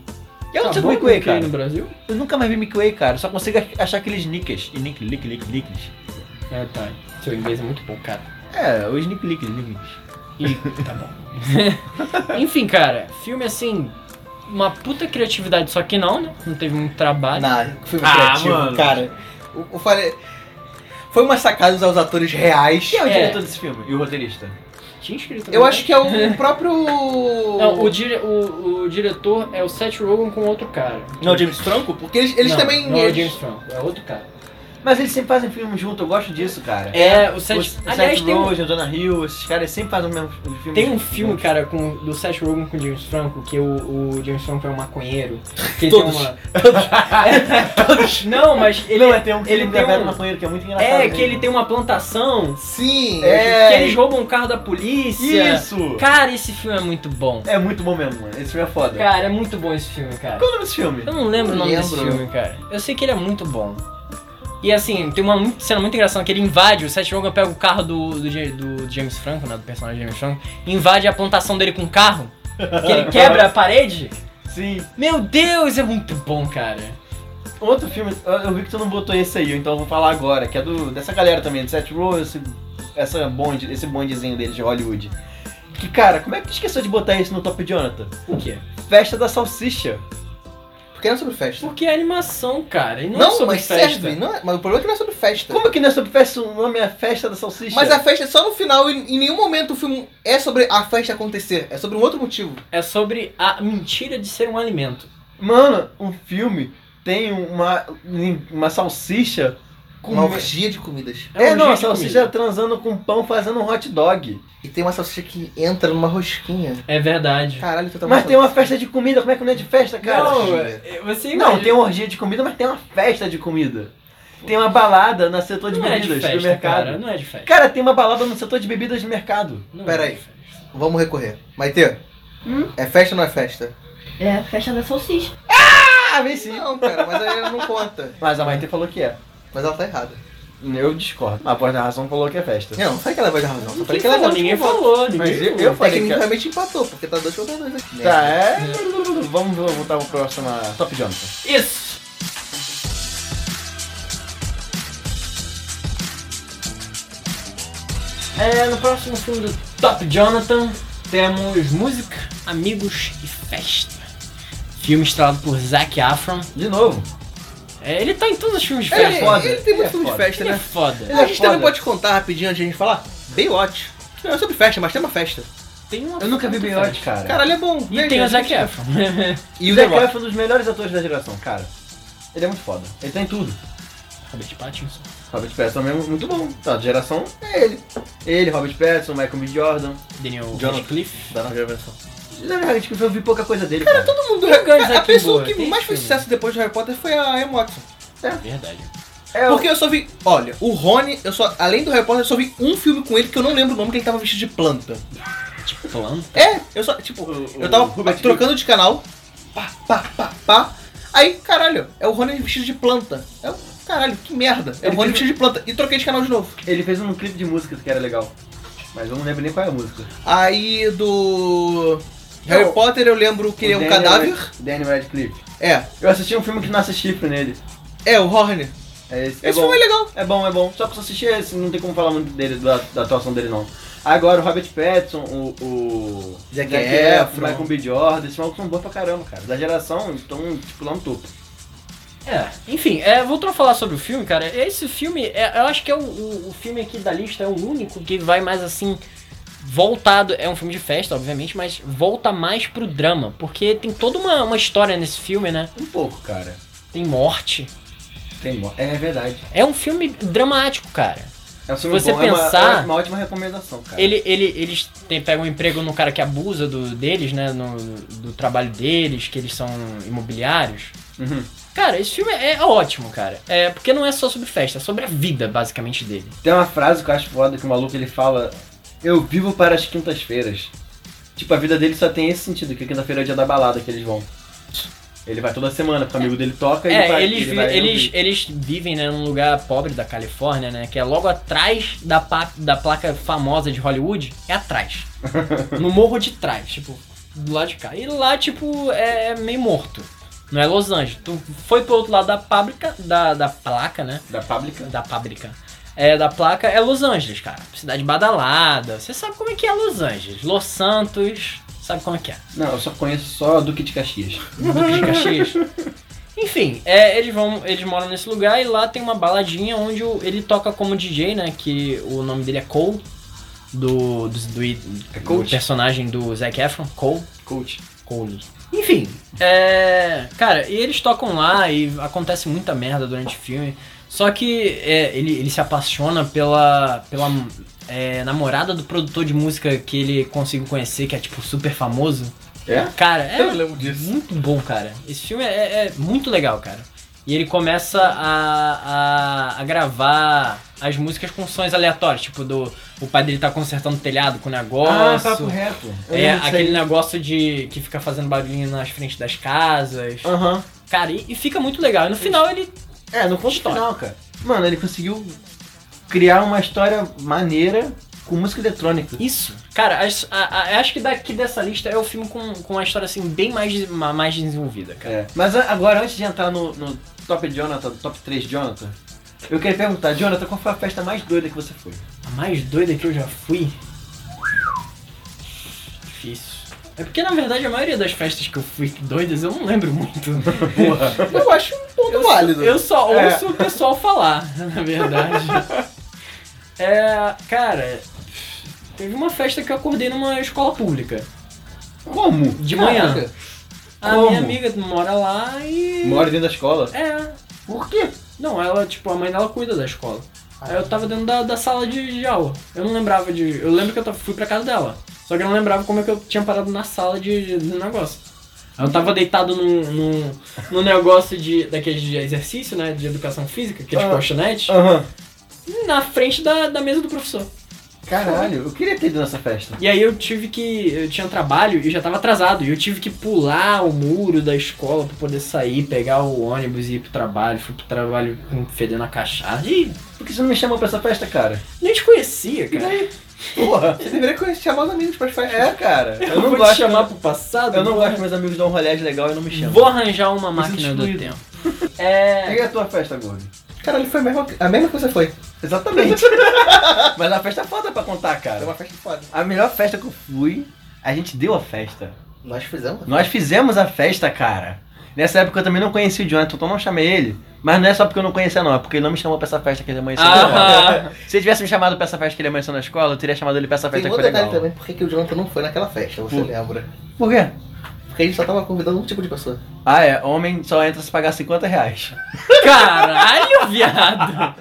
Eu não sei
Acabou
comer
com
micoei,
o
cara.
no Brasil?
Eu nunca mais vi micoei, cara, só consigo achar aqueles nickels, e nick, nick, nick, nickels.
Ah, tá. Seu inglês é muito bom, cara.
É, os nick, nick, nickels.
E tá bom. Enfim, cara, filme assim, uma puta criatividade, só que não, né? Não teve muito trabalho.
Não, filme
Ah,
criativo,
mano.
cara. Eu, eu falei. Foi uma sacada usar os atores reais.
Quem é o
É.
diretor desse filme? E o roteirista?
Tinha escrito.
Eu
né?
acho que é o próprio. Não,
Não, o, dire... o, o diretor é o Seth Rogen com outro cara.
James Franco? Porque eles, eles
Não,
também.
Não é o
eles-
James Franco, é outro cara.
Mas eles sempre fazem filme junto, eu gosto disso, cara.
É, o
Seth,
Seth.
o Seth
Aliás, tem, um-
Rogen, Jonah Hill, esses caras sempre fazem o mesmo filme.
tem um filme, cara, com, do Seth Rogen com o James Franco, que o, o James Franco é um maconheiro. Que ele
Todos.
Tem uma... Todos. Não, mas ele,
Não, é, tem um que
ele
ele
tem
tem
um-
maconheiro que é muito engraçado.
é
mesmo.
que ele tem uma plantação
Sim!
É.
Que eles roubam o carro da polícia.
Isso!
Cara, esse filme é muito bom.
É muito bom mesmo, mano. Esse filme é foda.
Cara, é muito bom esse filme, cara.
Qual é o nome desse filme?
Eu não lembro o
Não
nome desse
lembro.
filme, cara. Eu sei que ele é muito bom. E assim, tem uma mu- cena muito engraçada que ele invade, o Seth Rogen pega o carro do, do, Ja- do James Franco, né, do personagem James Franco, e invade a plantação dele com o carro, que ele quebra a parede.
Sim. um
Meu Deus, é muito bom, cara.
Outro filme, eu- eu vi que tu não botou esse aí, então eu vou falar agora, que é do, dessa galera também, do Seth Rogen, esse, essa bonde, esse bondezinho dele de Hollywood. Que, cara, como é que tu esqueceu de botar isso no Top Jonathan?
O quê?
Festa da Salsicha.
Porque não é sobre festa.
Porque é animação, cara, e não, é
Não,
sobre
mas
festa.
né?
serve. Não é- mas o problema é que não é sobre festa.
Como que não é sobre festa? O nome é Festa da Salsicha.
Mas a festa é só no final e em nenhum momento o filme é sobre a festa acontecer. É sobre um outro motivo.
É sobre a mentira de ser um alimento.
Mano, um filme tem uma, uma salsicha com...
Uma orgia de comidas.
É
É,
um
não,
jeito
a
de
salsicha transando com pão fazendo um hot dog.
E tem uma salsicha que entra numa rosquinha.
É verdade.
Caralho, tu tá
Então, Mas tem uma festa de comida, como é que não é de festa, cara?
não, é- você
Não, tem um uma orgia de comida, mas tem uma festa de comida. Tem uma balada no setor de
não é de
bebidas
festa,
do mercado.
cara.
Cara.
Não é de festa.
tem uma balada no setor de bebidas do mercado.
Não
Pera
é de
aí.
festa.
Vamos recorrer. Maite, é festa ou não é festa?
É, festa da salsicha.
Ah, vem sim.
Não, cara, mas aí ela não conta.
Mas a Maite falou que é.
Mas ela tá errada.
Eu discordo. A voz da razão falou que é festa.
Não, não falei que ela vai dar razão. Só
Ninguém
falei que ela
falou,
tava
ninguém
com voto.
falou, ninguém
Mas eu-
falou.
eu falei que-
Tecnicamente empatou, porque tá dois contra dois aqui.
Tá, é. Vamos, voltar pro próximo Top Jonathan.
Isso! É, no próximo filme do Top Jonathan temos música, amigos e festa. Filme estrelado por Zac Efron.
De novo.
É, ele tá em todos os filmes de
Ele,
festa. né?
ele,
foda,
tem muito
é
filme de
foda.
festa,
Ele é
né?
foda.
Ele é
a gente também
foda.
pode contar rapidinho antes de a gente falar. Baywatch. Não é sobre festa, mas tem uma festa.
Tem uma
Eu nunca vi
puta
Baywatch,
festa.
cara.
Caralho, é bom.
E tem o Zac Efron.
E
E
o
o
The
Zac
Rock.
Efron é um dos melhores atores da geração, cara. Ele é muito foda. Ele tem tudo.
Robert Pattinson.
Robert Pattinson é muito bom. Tá, de geração
É ele.
Ele, Robert Pattinson, Michael B. Jordan.
Daniel
Jonathan.
Radcliffe.
Da nova geração. Na verdade, tipo, eu vi pouca coisa dele. cara.
Todo mundo.
Não ganha
A,
é Zac
a pessoa
Efron,
que
tem
mais fez
filme.
sucesso depois de Harry Potter foi a Emma Watson.
Verdade.
É,
Porque eu só vi. Olha, o Rony, eu só. Além do Harry Potter, eu só vi um filme com ele que eu não lembro o nome, que ele tava vestido de planta.
Tipo, falando.
É, eu só. Tipo,
O-
eu
o
tava
Rupert
trocando de canal. Pá, pá, pá, pá. Aí, caralho, é o Rony vestido de planta. É o. Caralho, que merda. É o
Ele
Rony
fez-
vestido de planta. E troquei de canal de novo.
Ele fez um clipe de música que era legal. Mas eu não lembro nem qual é a música.
Aí do. Harry
Não.
Potter eu lembro que ele é um
Daniel
cadáver.
Rad- Daniel Radcliffe.
É.
Eu assisti um filme que nasce chifre nele.
É, o Horn.
É esse, é
Esse
bom.
filme é legal.
É bom, é bom. Só que eu só assisti esse, não tem como falar muito dele, da, da atuação dele não. Agora o Robert Pattinson, o. o
Zac Efron.
o Michael B. Jordan, esses malucos são bons pra caramba, cara. Da geração, estão, tipo, lá no topo.
É, enfim, é, voltando a falar sobre o filme, cara, esse filme, é, eu acho que é o, o, o filme aqui da lista é o único que vai mais assim, voltado, é um filme de festa, obviamente, mas volta mais pro drama, porque tem toda uma, uma história nesse filme, né?
Um pouco, cara.
Tem morte.
Tem mo- É verdade.
É um filme dramático, cara.
É um filme
você
bom, é uma-
pensar-
é uma, ótima recomendação, cara.
Ele, ele, eles tem, pegam um emprego no cara que abusa do, deles, né? No, do trabalho deles, que eles são imobiliários.
Uhum.
Cara, esse filme é ótimo, cara. É, porque não é só sobre festa, é sobre a vida, basicamente, dele.
Tem uma frase que eu acho foda que o maluco ele fala: Eu vivo para as quintas-feiras. Tipo, a vida dele só tem esse sentido, que quinta-feira é o dia da balada que eles vão. Ele vai toda semana, porque o amigo dele toca e ele
É,
vai,
eles,
ele
vi-
vai
eles,
ouvir.
eles vivem né, num lugar pobre da Califórnia, né? Que é logo atrás da, pa- da placa famosa de Hollywood. É atrás. no morro de trás, tipo, do lado de cá. E lá, tipo, é, é meio morto. Não é Los Angeles. Tu foi pro outro lado da fábrica, da, da placa, né?
Da pública.
Da fábrica. É, da placa é Los Angeles, cara. Cidade badalada. Você sabe como é que é Los Angeles. Los Santos, sabe como é que é.
Não, eu só conheço só Duque de Caxias.
Duque de Caxias. Enfim, é, eles vão, eles moram nesse lugar e lá tem uma baladinha onde o- ele toca como DJ, né? Que o nome dele é Cole, do, do, do-
É
do
Coach?
personagem do Zac Efron, Cole.
Coach.
Cole. Enfim, é, cara, e eles tocam lá e acontece muita merda durante o filme. Só que é, ele, ele se apaixona pela, pela é, namorada do produtor de música que ele conseguiu conhecer, que é tipo super famoso.
É?
Cara, é
Eu lembro disso.
muito bom, cara. Esse filme é, é muito legal, cara. E ele começa a, a, a gravar as músicas com sons aleatórios, tipo do o pai dele tá consertando o telhado
Ah,
com o negócio.
reto.
é aquele negócio de que fica fazendo barulhinho nas frentes das casas.
Aham.
Cara, e, e fica muito legal. E no final ele
É, no ponto
História.
final, cara. Mano, ele conseguiu criar uma história maneira com música eletrônica.
Isso. Cara, as- a- a- acho que daqui dessa lista é o filme com, com uma história assim bem mais, ma- mais desenvolvida, cara.
É. Mas a- agora, antes de entrar no, no top Jonathan, top 3 Jonathan, eu queria perguntar, Jonathan, qual foi a festa mais doida que você foi?
A mais doida que eu já fui. Difícil. É porque na verdade a maioria das festas que eu fui doidas eu não lembro muito.
Eu acho um ponto válido.
Eu só
É.
ouço o pessoal falar, na verdade. É. Cara, teve uma festa que eu acordei numa escola pública.
Como?
De
Caraca.
manhã. A
Como?
minha amiga mora lá e.
Mora dentro da escola?
É.
Por quê? Ah,
Não, ela, tipo, a mãe dela cuida da escola. Aí eu tava dentro da, da sala de, de aula. Eu não lembrava de. Eu lembro que eu tava- fui pra casa dela. Só que eu não lembrava como é que eu tinha parado na sala de, de negócio. Aí eu tava deitado num, num, num negócio de, daqueles de exercício, né? De educação física, aqueles
Ah.
colchonetes,
Aham.
na frente da, da mesa do professor.
Caralho, eu queria ter ido nessa festa.
E aí eu tive que. Eu tinha um trabalho e já tava atrasado. E eu tive que pular o muro da escola pra poder sair, pegar o ônibus e ir pro trabalho. Fui pro trabalho com- fedendo a cachaça. E
Por que você não me chamou pra essa festa, cara?
nem te conhecia, cara.
Porra,
Você deveria conhecer- chamar os amigos pras festas.
é, cara. Eu,
Eu
não
vou
gosto
te chamar pro passado?
Eu não
vou,
gosto que meus amigos dão um rolé de legal e não me chamam.
Vou arranjar uma
Preciso
máquina do
excluir.
tempo. É.
E a tua festa, Gordo?
Caralho, foi a mesma, a mesma que você foi.
Exatamente. Mas a festa é foda pra contar,
Era
cara.
uma festa foda.
A melhor festa que eu fui, a gente deu a festa.
Nós fizemos.
Nós fizemos a festa, cara. Nessa época eu também não conheci o Jonathan, então eu não chamei ele. Mas não é só porque eu não conhecia, não. É porque ele não me chamou pra essa festa que ele amanheceu
Ah.
na escola.
Aham.
Se ele tivesse me chamado pra essa festa que ele amanheceu na escola, eu teria chamado ele pra essa festa que
Tem outro
foi
detalhe
legal.
também, por que que o Jonathan não foi naquela festa, você
Por-
lembra?
Por quê?
Porque a gente só tava convidando um tipo de pessoa.
Ah, é. Homem só entra se pagar 50 reais.
Caralho, viado!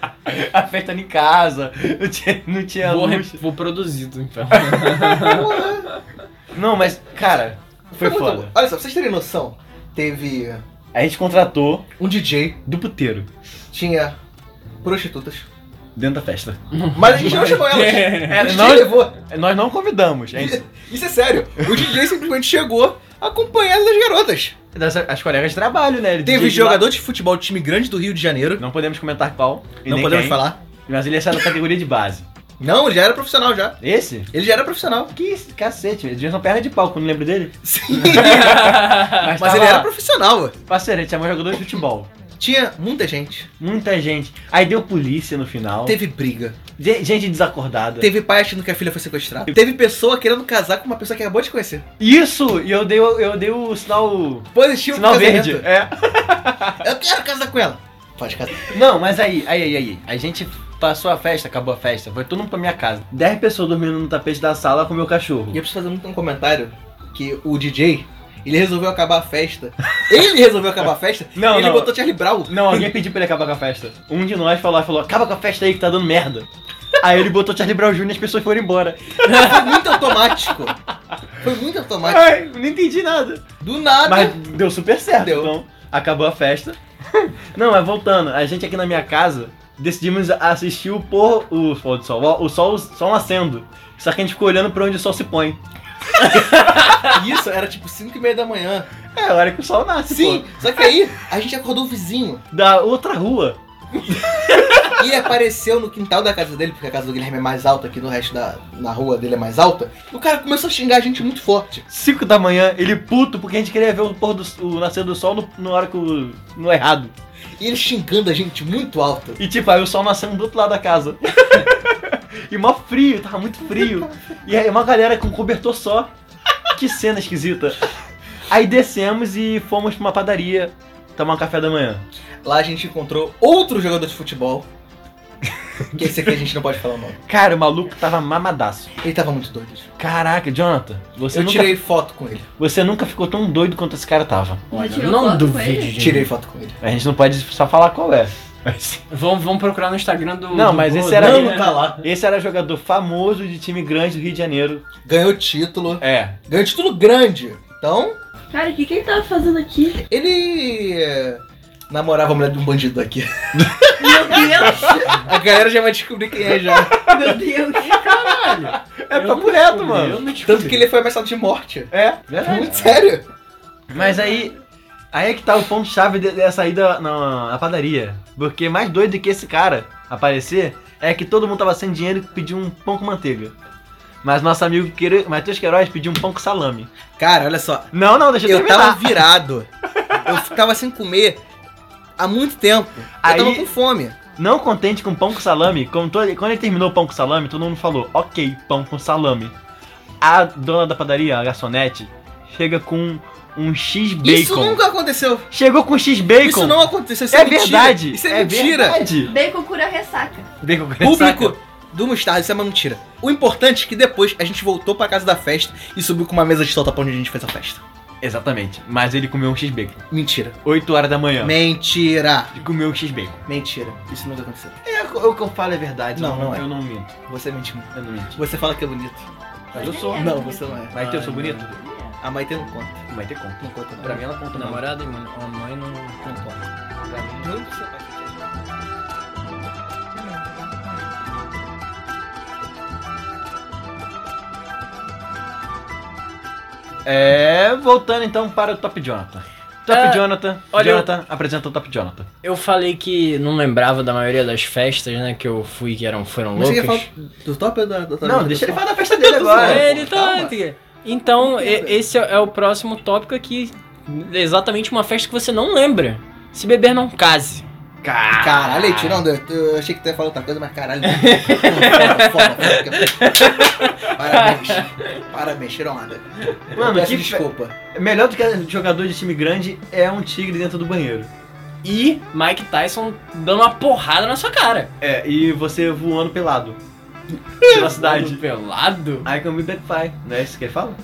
A festa era em casa. Não tinha, não tinha
Vou,
luz.
re- vou produzir, tu, então.
Não, mas, cara, foi
muito
foda.
bom. Olha só, pra vocês terem noção, teve
A gente contratou
um DJ,
do puteiro
tinha prostitutas,
dentro da festa.
mas a gente não chamou elas.
É.
A gente
Uhum. nós-
levou.
Nós não convidamos. A gente-
Isso é sério. O DJ simplesmente chegou acompanhado das garotas.
das- as colegas de trabalho, né? Ele
Teve
diz lá-
um jogador de futebol de time grande do Rio de Janeiro.
Não podemos comentar qual. e
Não
nem
podemos
quem,
falar.
Mas ele é da categoria de base.
Não, ele já era profissional já.
Esse?
Ele já era profissional.
Que esse- cacete, ele tinha uma perna de pau, quando lembro dele.
Sim.
Mas,
Mas
tava
ele
lá.
era profissional.
Parceiro, ele chamou jogador de futebol.
Tinha muita gente.
Muita gente. Aí deu polícia no final.
Teve briga.
Ge- Gente desacordada.
Teve pai achando que a filha foi sequestrada. Teve pessoa querendo casar com uma pessoa que acabou de conhecer.
Isso! E eu dei, o- eu dei o sinal.
Positivo pro
Sinal
um casamento.
verde. É.
Eu quero casar com ela. Pode casar.
Não, mas aí, aí, aí, aí. A gente passou a festa, acabou a festa. Foi todo mundo pra minha casa. Dez pessoas dormindo no tapete da sala com o meu cachorro.
E eu preciso fazer muito um comentário que o DJ, ele resolveu acabar a festa. Ele resolveu acabar a festa.
Não,
ele
não.
botou Charlie Brown.
Não, alguém pediu pra ele acabar com a festa. Um de nós falou, falou, acaba com a festa aí que tá dando merda. Aí ele botou Charlie Brown Jr. e as pessoas foram embora.
Foi muito automático. Foi muito automático.
Ai, não entendi nada.
Do nada.
Mas deu super certo,
Deu.
então. Acabou a festa. Não, mas voltando, a gente aqui na minha casa decidimos assistir o pôr, o pôr do sol, o sol, o sol nascendo. Só que a gente ficou olhando pra onde o sol se põe.
Isso era tipo 5 e meia da manhã.
É a hora que o sol nasce,
Sim,
pô.
só que aí a gente acordou o vizinho
Da outra rua.
e ele apareceu no quintal da casa dele, porque a casa do Guilherme é mais alta aqui no resto da na rua dele é mais alta. O cara começou a xingar a gente muito forte.
5 da manhã, ele puto, porque a gente queria ver o, pôr do, o nascer do sol no, na hora que o, no errado.
E ele xingando a gente muito alto.
E tipo, aí o sol nascendo do outro lado da casa. e mó frio, tava muito frio. E aí uma galera com cobertor só. Que cena esquisita. Aí descemos e fomos pra uma padaria tomar um café da manhã.
Lá a gente encontrou outro jogador de futebol. Que esse aqui a gente não pode falar o nome.
Cara, o maluco tava mamadaço.
Ele tava muito doido. gente.
Caraca, Jonathan, você,
Eu
nunca,
tirei foto com ele.
você nunca ficou tão doido quanto esse cara tava.
Olha,
tirou
não
foto com
duvide
ele?
de
Tirei
mim.
foto com ele.
A gente não pode só falar qual é. Mas-
Vamos, vamos procurar no Instagram do.
Não,
do
mas
Gordo,
esse era-
né?
Não,
tá lá.
Esse era jogador famoso de time grande do Rio de Janeiro.
Ganhou título.
É.
Ganhou título grande. Então,
Cara, o que, que ele tava fazendo aqui?
ele. eh, Namorava a mulher de um bandido aqui.
Meu Deus!
A galera já vai descobrir quem é já.
Meu Deus!
É
Eu
papo
não
reto,
descobri, eu
mano.
não descobri.
Tanto que ele foi ameaçado de morte.
É,
Muito sério.
Mas aí. Aí é que tá o ponto-chave de- dessa ida na, na padaria. Porque mais doido do que esse cara aparecer é que todo mundo tava sem dinheiro e pediu um pão com manteiga. Mas nosso amigo Queiro- Matheus Queiroz pediu um pão com salame.
Cara, olha só.
Não, não, deixa eu,
Eu
terminar.
tava virado. Eu tava sem comer há muito tempo. Eu
Aí-
tava com fome.
Não contente com pão com salame, como todo- quando ele terminou o pão com salame, todo mundo falou, ok, pão com salame. A dona da padaria, a garçonete, chega com um X-Bacon.
Isso nunca aconteceu.
Chegou com X-Bacon.
Isso não aconteceu. Isso é,
É
mentira.
verdade.
Isso é, mentira.
verdade.
Bacon cura a ressaca.
Bacon com
Público do Mostarda, isso é uma mentira. O importante é que depois a gente voltou pra casa da festa e subiu com uma mesa de solta pra onde a gente fez a festa.
Exatamente. Mas ele comeu um X-Bacon.
Mentira.
8 horas da manhã.
Mentira.
Ele comeu um X-Bacon.
Mentira. Isso nunca aconteceu.
É, o que eu falo é verdade.
Não, não é.
Eu não minto.
Você mente muito.
Eu não minto.
Você fala que é bonito.
Mas eu sou.
né?
Não, você não é. Ah,
Vai ter, eu sou bonito?
A um Maite não conta.
Vai ter conta.
Um Não conta
Ah, Pra mim ela
é
conta não.
Namorada e mãe, a mãe não, não conta.
É, voltando então para o Top Jonathan. Top
É,
Jonathan.
olha,
Jonathan, apresenta o Top Jonathan.
Eu falei que não lembrava da maioria das festas, né? Que eu fui que eram, foram
Você quer
loucas.
falar do top ou da, da
Não, deixa ele falar da festa dele
É,
agora.
ele tá. Então, e- esse é é o próximo tópico aqui. Exatamente uma festa que você não lembra. Se beber, não case.
Caralho, um Leite, não, eu, eu achei que tu ia falar outra coisa, mas caralho. foda, foda, foda. Parabéns. Parabéns, Tiromada.
Mano,
Peço
que fe-
desculpa.
É, Melhor do que jogador de time grande é um tigre dentro do banheiro.
E Mike Tyson dando uma porrada na sua cara.
É, e você voando pelado. Pela cidade.
um Pelado?
I can be back pie. Não é isso que ele fala?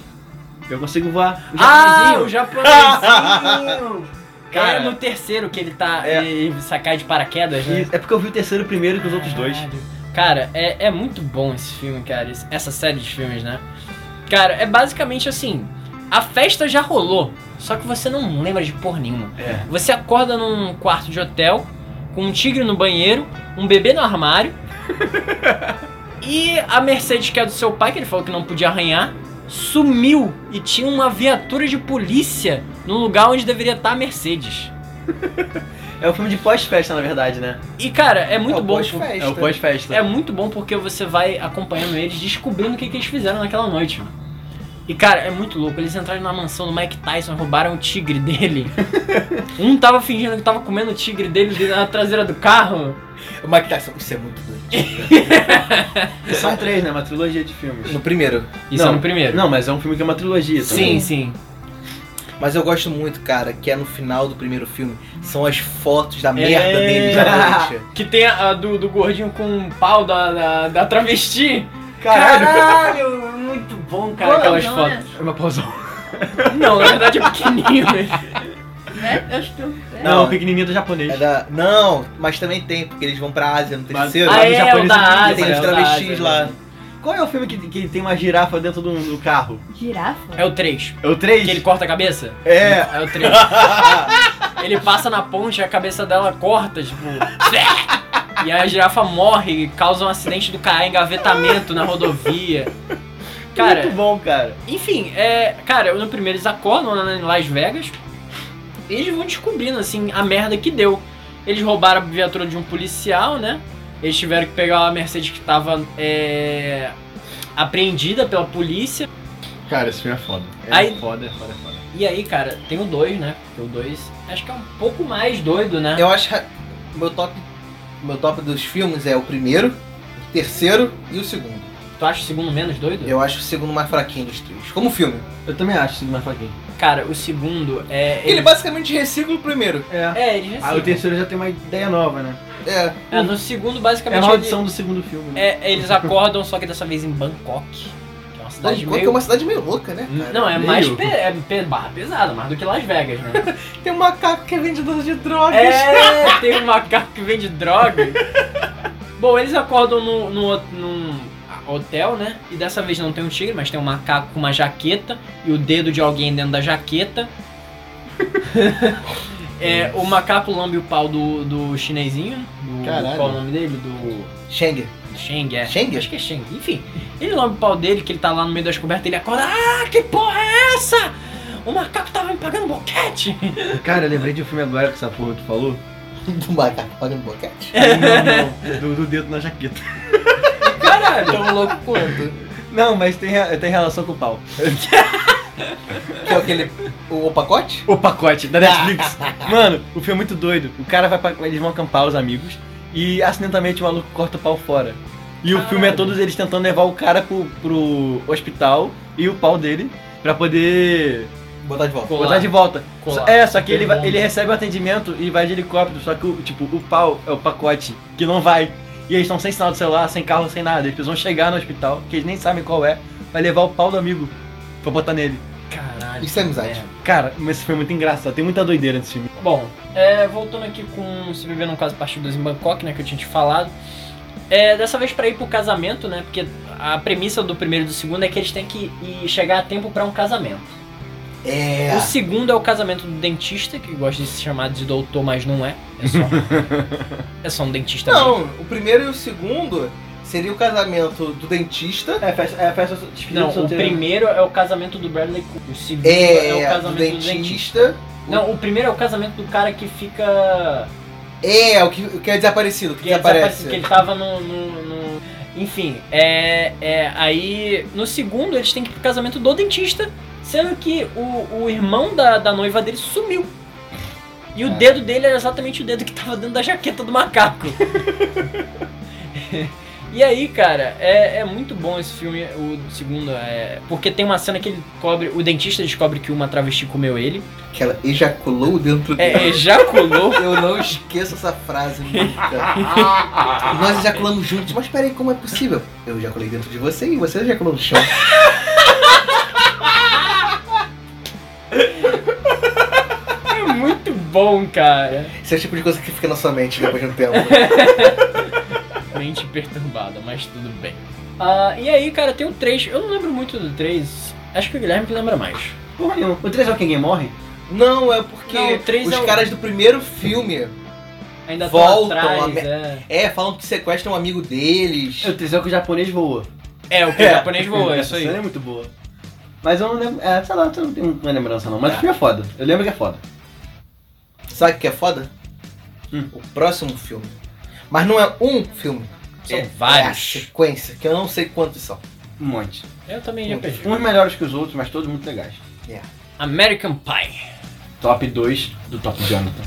Eu consigo voar. O
Ah, o
japonesinho.
japonesinho!
Cara.
Cara, no terceiro que ele tá.
É.
Ele sai cai de paraquedas, né?
E É porque eu vi o terceiro primeiro que os outros dois.
Caralho. Cara, é, é muito bom esse filme, cara. esse- Essa série de filmes, né? Cara, é basicamente assim: a festa já rolou, só que você não lembra de porra nenhuma.
É.
Você acorda num quarto de hotel, com um tigre no banheiro, um bebê no armário. e a Mercedes, que é do seu pai, que ele falou que não podia arranhar, sumiu e tinha uma viatura de polícia no lugar onde deveria estar a Mercedes.
É o filme de pós-festa, na verdade, né?
E cara, é muito
É o
bom.
pós-festa.
É o pós-festa.
É muito bom porque você vai acompanhando eles, descobrindo o que, que eles fizeram naquela noite. mano. E cara, é muito louco. Eles entraram na mansão do Mike Tyson, roubaram o tigre dele. um tava fingindo que tava comendo o tigre dele de- na traseira do carro.
O Mike Tyson, isso é muito doido.
E São três, né? Uma trilogia de filmes.
No primeiro.
Isso
Não,
é no primeiro.
Não, mas é um filme que é uma trilogia. tá
Sim, sim.
Mas eu gosto muito, cara, que é no final do primeiro filme. São as fotos da merda
É.
deles na noite.
Que tem a, a do, do gordinho com um pau da, da, da travesti.
ligado? Caralho!
Caralho, muito bom, cara,
Pô,
aquelas
não,
fotos.
É uma pausão.
Não, na verdade é pequenininho. né?
Né? Eu acho que eu- é.
Não,
Não.
o pequenininho do japonês.
É da... Não, mas também tem, porque eles vão pra Ásia no
Mas-
terceiro.
ah,
Lá no
é,
Japão
o
eles
da Ásia.
tem
é
os
o da
travestis
Ásia,
lá.
Qual é o filme que, que tem uma girafa dentro do, do carro?
Girafa?
É o 3.
É o 3?
Que ele corta a cabeça?
É.
É o 3. Ele passa na ponte a cabeça dela corta, tipo. E a girafa morre e causa um acidente do caralho, engavetamento na rodovia. Cara,
Muito bom, cara.
enfim, é. Cara, no primeiro eles acordam lá em Las Vegas, eles vão descobrindo, assim, a merda que deu. Eles roubaram a viatura de um policial, né? Eles tiveram que pegar a Mercedes que tava é, apreendida pela polícia.
Cara, esse filme é foda. É
Aí-
foda, é foda, é foda.
E aí, cara, tem o 2, né? Porque o 2 acho que é um pouco mais doido, né?
Eu acho que meu top, meu top dos filmes é o primeiro, o terceiro e o segundo.
Tu acha o segundo menos doido?
Eu acho o segundo mais fraquinho dos três, como filme.
Eu também acho o segundo mais fraquinho.
Cara, o segundo é.
Ele basicamente recicla o primeiro.
É.
É, ele
Ah, o
recicla.
terceiro já tem uma ideia nova, né?
É,
É, no segundo,
É a
basicamente, ele-
maldição do segundo filme, né?
é, eles acordam, só que dessa vez em Bangkok. Que é uma cidade
Bangkok
meio...
é uma cidade meio louca, né? cara?
Não, é
meio-
mais pe... é pe- barra pesada, mais do que Las Vegas, né?
Tem um macaco que é vendedor de drogas.
É, tem um macaco que vende droga. Bom, eles acordam num, num, num hotel, né? E dessa vez não tem um tigre, mas tem um macaco com uma jaqueta e o dedo de alguém dentro da jaqueta. é, o macaco lambe o pau do, do chinesinho. Do,
Caralho.
Qual é o nome dele? Do,
Shang.
do Sheng, é.
Sheng?
Acho que é Sheng. Enfim, ele lambe o pau dele, que ele tá lá no meio das cobertas, ele acorda. Ah, que porra é essa? O macaco tava me pagando um boquete.
Cara, eu lembrei de um filme agora com essa porra que tu falou.
Do macaco pagando boquete.
Não, não, do, do dedo na jaqueta.
Caralho.
Tão um louco quanto.
Não, mas tem, re- tem relação com o pau.
Que é aquele. O, o pacote?
O pacote
Ah.
da Netflix. Mano, o filme é muito doido. O cara vai pra, Eles vão acampar os amigos e acidentalmente o maluco corta o pau fora. E o
Caralho.
filme é todos eles tentando levar o cara pro, pro hospital e o pau dele pra poder
Botar de volta.
Colar.
botar de volta.
Colar.
É, só que ele, vai-
Bom.
ele recebe o atendimento e vai de helicóptero, só que o, tipo, o pau é o pacote que não vai. E eles estão sem sinal de celular, sem carro, sem nada. Eles precisam chegar no hospital, que eles nem sabem qual é, vai levar o pau do amigo pra botar nele.
Caralho.
Isso é amizade.
É.
Cara, mas esse filme é muito engraçado, tem muita doideira nesse filme.
Bom, é, voltando aqui com Se Beber no Caso Parte 2 em Bangkok, né, que eu tinha te falado. É, dessa vez pra ir pro casamento, né, porque a premissa do primeiro e do segundo é que eles têm que ir chegar a tempo pra um casamento.
É.
O segundo é o casamento do dentista, que gosta de se chamar de doutor, mas não é. É só, é só um dentista. mesmo.
Não, o primeiro e o segundo seria o casamento do dentista.
É, festa, é festa despedida
Não, o primeiro é o casamento do Bradley Cooper. O segundo é,
É,
o
do
casamento do
dentista.
dentista. Não, o primeiro é o casamento do cara que fica
É, o que, o que é desaparecido, o que,
Que ele
desaparece.
desaparece, que ele tava no. no- no- Enfim, é, é, Aí. No segundo, eles têm que ir pro casamento do dentista, sendo que o, o irmão da, da noiva dele sumiu. E o
É.
dedo dele era exatamente o dedo que tava dentro da jaqueta do macaco. E aí, cara, é, é muito bom esse filme, o segundo, é, porque tem uma cena que ele cobre, o dentista descobre que uma travesti comeu ele,
Que ela ejaculou dentro dele.
é, ejaculou,
Eu não esqueço essa frase nunca. Nós ejaculamos juntos, mas peraí, como é possível? Eu ejaculei dentro de você e você ejaculou no chão.
é muito bom, cara.
Esse é o tipo de coisa que fica na sua mente depois de um tempo.
Mente perturbada, mas tudo bem. Ah, e aí, cara, tem o 3. Eu não lembro muito do 3. Acho que o Guilherme que lembra mais.
Porra nenhuma. O 3 é o que ninguém morre?
Não, é porque
Não, o três
os
é o-
caras do primeiro filme
Ainda
Voltam
tá atrás,
a me-
é.
é, falam que sequestram um amigo deles.
O 3 é o que o japonês voa.
É, o que o japonês voa, é isso aí.
Essa cena é muito boa. Mas eu não lembro. É, sei lá, eu não tenho uma lembrança não. Mas o filme é foda. Eu lembro que é foda.
Sabe o que é foda?
Hum.
O próximo filme. Mas não é um filme.
São
é, É a
vários.
sequência, que eu não sei quantos são.
Um monte.
Eu também já perdi.
Uns melhores que os outros, mas todos muito legais.
É,
American Pie.
Top 2 do Top Jonathan.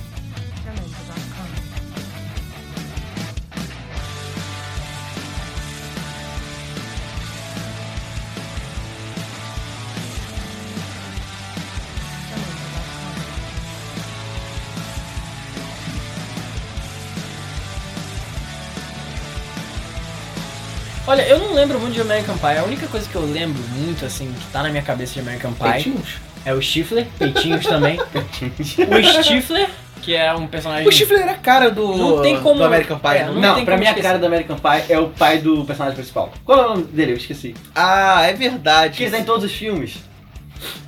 Olha, eu não lembro muito de American Pie. A única coisa que eu lembro muito, assim, que tá na minha cabeça de American Pie
Peitinhos?
é o Stifler, peitinhos também. o Stifler, que é um personagem.
O Chifler era a cara do,
Não tem como-
do American Pie,
é,
não?
Não tem
Não, pra
como
mim a
esquecer.
cara do American Pie é o pai do personagem principal. Qual é o nome dele? Eu esqueci.
Ah, é verdade.
Porque ele tá em todos os filmes.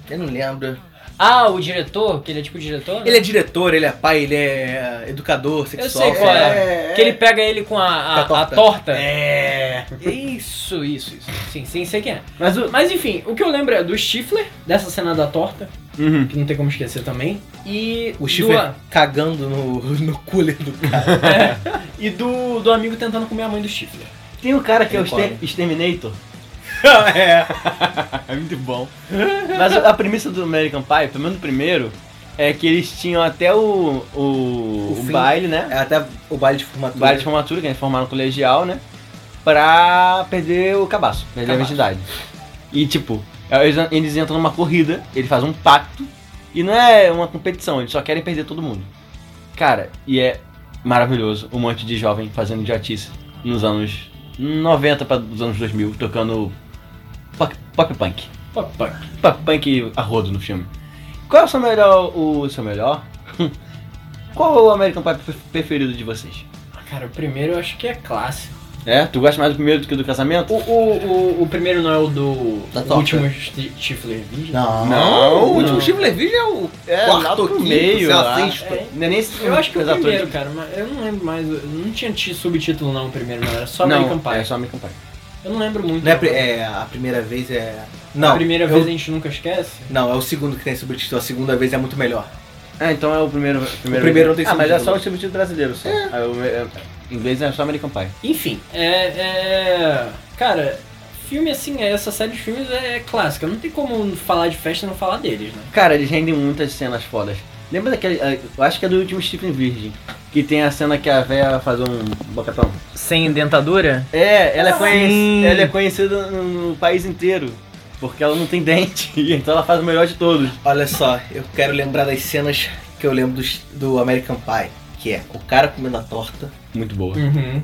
Eu não lembro.
Ah, o diretor, que ele é tipo o diretor? né?
Ele é diretor, ele é pai, ele é educador sexual.
sei qual é. Que ele
Aquele-
pega ele com a, a,
Com a
a
torta.
torta.
É.
Isso, isso, isso. Sim, sim, sei quem é.
Mas o.
Mas enfim, o que eu lembro é do Stifler, dessa cena da torta.
Uhum.
que não tem como esquecer também. E
O
do,
Schiffer cagando no, no cooler do cara.
e do, do amigo tentando comer a mãe do Stifler.
Tem um cara que é o
Ele come.
Exter- Exterminator.
é.
É muito bom. Mas a premissa do American Pie, pelo menos do primeiro, é que eles tinham até o, o,
O
o
fim.
baile, né?
É até o baile de formatura.
Baile de formatura, que eles formaram no colegial, né? Pra perder o cabaço,
Cabaço.
perder a identidade. E tipo, eles, eles entram numa corrida, ele faz um pacto, e não é uma competição, eles só querem perder todo mundo. Cara, e é maravilhoso um monte de jovem fazendo idiotice nos anos 90 para os anos 2000, tocando pop, pop punk.
Pop punk.
Pop Punk a rodo no filme. Qual é o seu melhor. O seu melhor? Qual é o American Pie pre- preferido de vocês?
Ah, Cara, o primeiro eu acho que é clássico.
É? Tu gosta mais do primeiro do que do casamento?
O, o, o, o primeiro não é o do
Da
o
torta.
último Stifler Vision?
Não.
Não.
O último Steve Levy já é o
É, lá
quarto
pro
ou quinto,
meio,
sei lá,
lá.
sexto.
É,
Não é nem esse
eu acho que é o
os atores-
primeiro, cara, mas eu não lembro mais. eu Não tinha ti- subtítulo não, o primeiro, não. Era só
não,
American Pie.
É só American Pie.
Eu não lembro muito.
Não é, a
não.
pri- é, a primeira vez é.
a
Não.
primeira
eu-
vez a gente nunca esquece.
Não, é o segundo que tem subtítulo. A segunda vez é muito melhor.
Ah, então é o primeiro. primeiro
O primeiro não tem
Ah, mas é
subtítulo.
só o subtítulo brasileiro. Só. Ah, o- é- em inglês é só American Pie.
Enfim, é, é- Cara, filme assim, é- essa série de filmes é clássica. Não tem como falar de festa e não falar deles, né?
Cara, eles rendem muitas cenas fodas. Lembra daquele. ah, Eu acho que é do último Stephen Virgin. Que tem a cena que a véia faz um bocatão.
Sem dentadura?
É, ela é,
Sim.
conhec- ela é conhecida no no país inteiro. Porque ela não tem dente, e então ela faz o melhor de todos.
Olha só, eu quero lembrar das cenas que eu lembro dos- do American Pie, que é o cara comendo a torta,
Muito boa.
Uhum.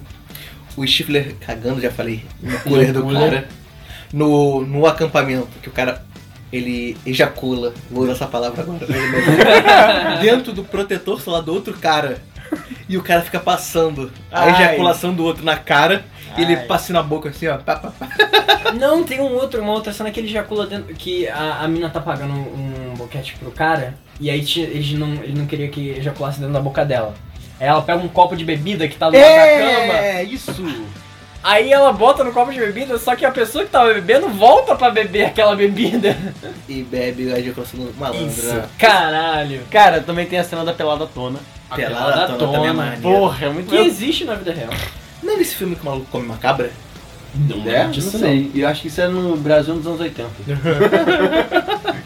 o Stifler cagando, já falei, no cooler do
cooler.
cara, no, no acampamento, que o cara, ele ejacula, vou usar essa palavra agora, mas é melhor. dentro do protetor solar do outro cara, e o cara fica passando a
Ai.
ejaculação do outro na cara, e ele
Ai.
passa na boca assim, ó, pá, pá, pá.
Não, tem um outro, uma outra cena que ele ejacula dentro. Que a, a mina tá pagando um, um boquete pro cara. E aí ti- eles não, ele não queria que ejaculasse dentro da boca dela. Aí ela pega um copo de bebida que tá do lado da cama.
É, isso!
Aí ela bota no copo de bebida, só que a pessoa que tava bebendo volta pra beber aquela bebida.
e bebe a ejaculação do malandro, né?
Caralho.
Cara, também tem a cena da pelada tona.
A pelada tona também é maneiro.
Porra, é muito
Que existe na vida real.
Não é nesse filme que o maluco come uma cabra?
Não
É, não sei. Eu acho que isso é no Brasil nos anos 80.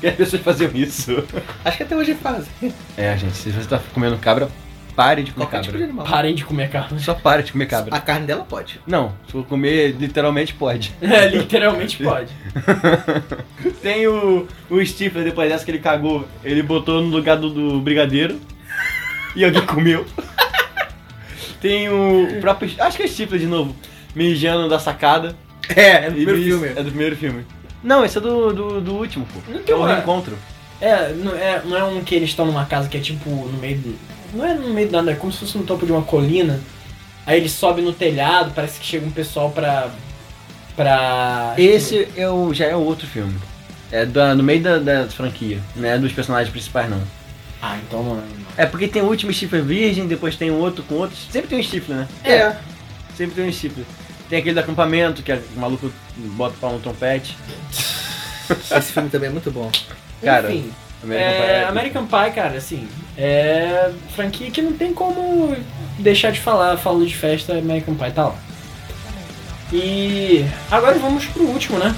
que as pessoas faziam isso.
Acho que até hoje fazem.
É, gente, se você tá comendo cabra, pare de comer
Qualquer tipo de
cabra.
animal.
Parem de comer carne.
Só pare de comer cabra.
A carne dela pode.
Não, se for comer, literalmente pode.
É, literalmente pode.
Tem o, o Stifler, depois dessa que ele cagou, ele botou no lugar do, do brigadeiro e alguém comeu. Tem o, o próprio. Acho que é Stifler de novo, mijando da sacada.
É, é
E mis- É do primeiro filme. Não, esse é do, do, do último, pô.
Não
Que
tem
é o
uma-
reencontro.
É não, é, não é um que eles estão numa casa que é tipo no meio do. Não é no meio do nada, é como se fosse no topo de uma colina. Aí ele sobe no telhado, parece que chega um pessoal pra. pra.
Esse é o, já é o outro filme. É da- no meio da, da franquia, não é dos personagens principais, não.
Ah, então não é. não.
É porque tem o último Stifler virgem, depois tem um outro com outro. Sempre tem um Stifler, né?
É.
Sempre tem um Stifler. Tem aquele do acampamento, que é- o maluco bota pra um trompete.
Esse filme também é muito bom.
Cara,
Enfim,
American
é,
Pie.
American Pie, cara, assim. É. franquia que não tem como deixar de falar. Falo de festa, American Pie tá lá. E. agora vamos pro último, né?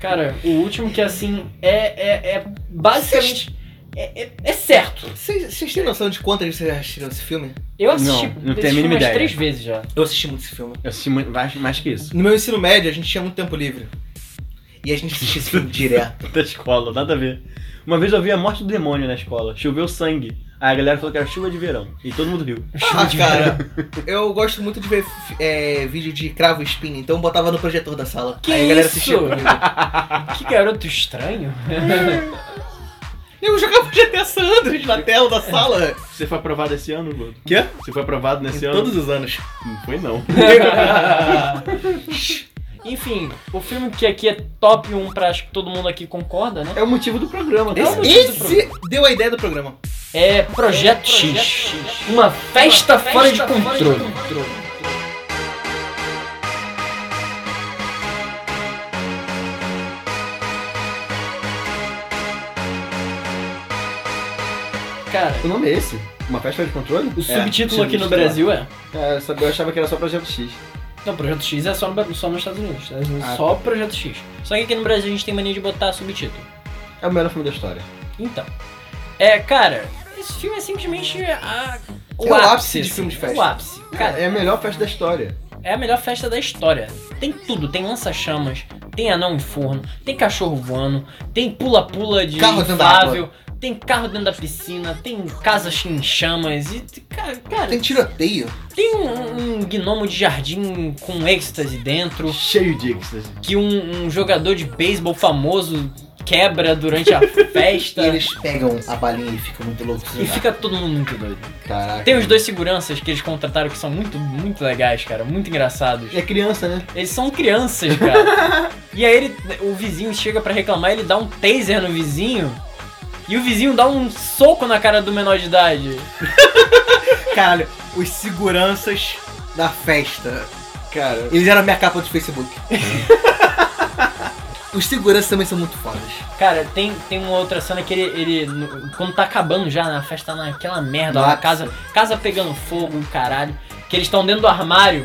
Cara, o último que assim é, é, é basicamente. É, é- é certo.
Vocês vocês têm noção de quantas vezes vocês já assistiram esse filme?
Eu assisti
Não, não
esse
tenho a
filme
mínima
umas
ideia.
três vezes já.
Eu assisti muito esse filme.
Eu assisti muito, mais, mais que isso.
No meu ensino médio, a gente tinha muito tempo livre. E a gente assistia esse filme direto.
Da escola, nada a ver. Uma vez eu vi a morte do demônio na escola. Choveu sangue. Aí a galera falou que era chuva de verão. E todo mundo riu.
Ah, cara, eu gosto muito de ver fi- é, vídeo de cravo e espinha, então eu botava no projetor da sala.
Que
Aí a galera
isso?
assistia comigo.
Que garoto estranho.
Eu jogava GTA San Andreas na tela da sala.
Você foi aprovado esse ano, Gordo?
Quê?
Você foi aprovado nesse ano?
Todos os anos.
Não foi não.
Enfim, o filme que aqui é top 1 pra acho que todo mundo aqui concorda, né?
É o motivo do programa, tá?
Esse-
Esse deu a ideia do programa.
É Projeto X. Uma festa fora de controle. Cara,
O nome é esse? Uma festa de controle?
É,
o subtítulo
subtítulo
aqui no
sei lá.
Brasil é.
É, eu sabia- eu achava que era só Projeto X.
Não, Projeto X é só, no, Bra- só nos Estados Unidos. Estados Unidos
Ah,
tá.
só Projeto X. Só que aqui no Brasil a gente tem mania de botar subtítulo.
É o melhor filme da história.
Então. É, cara, esse filme é simplesmente a, o,
É o ápice de
assim,
filme de
é
festa.
O ápice. Cara,
é a melhor festa da história.
É a melhor festa da história. Tem tudo, tem lança-chamas, tem anão em forno, tem cachorro voando, tem pula-pula de
Carro dentro da
tem carro dentro da piscina, tem casa em chamas e t- cara, cara, tem,
Tem tiroteio.
um, um gnomo de jardim com êxtase dentro
é Cheio de êxtase.
que um, um jogador de beisebol famoso quebra durante a festa
E eles pegam a balinha e ficam muito loucos.
Tá.
né?
e fica todo mundo muito doido.
Caraca.
Tem os dois seguranças que eles contrataram que são muito muito legais, cara, muito engraçados.
É criança, né?
Eles são crianças, cara. e aí ele, o vizinho chega pra reclamar, ele dá um taser no vizinho. E o vizinho dá um soco na cara do menor de idade.
Caralho, os seguranças da festa.
Cara,
Eles eram a minha capa do Facebook. os seguranças também são muito fodas.
Cara, tem, tem uma outra cena que ele, ele. no- Quando tá acabando já, né, a festa tá naquela merda, lá,
Nossa.
casa, casa pegando fogo, um caralho. Que eles estão dentro do armário.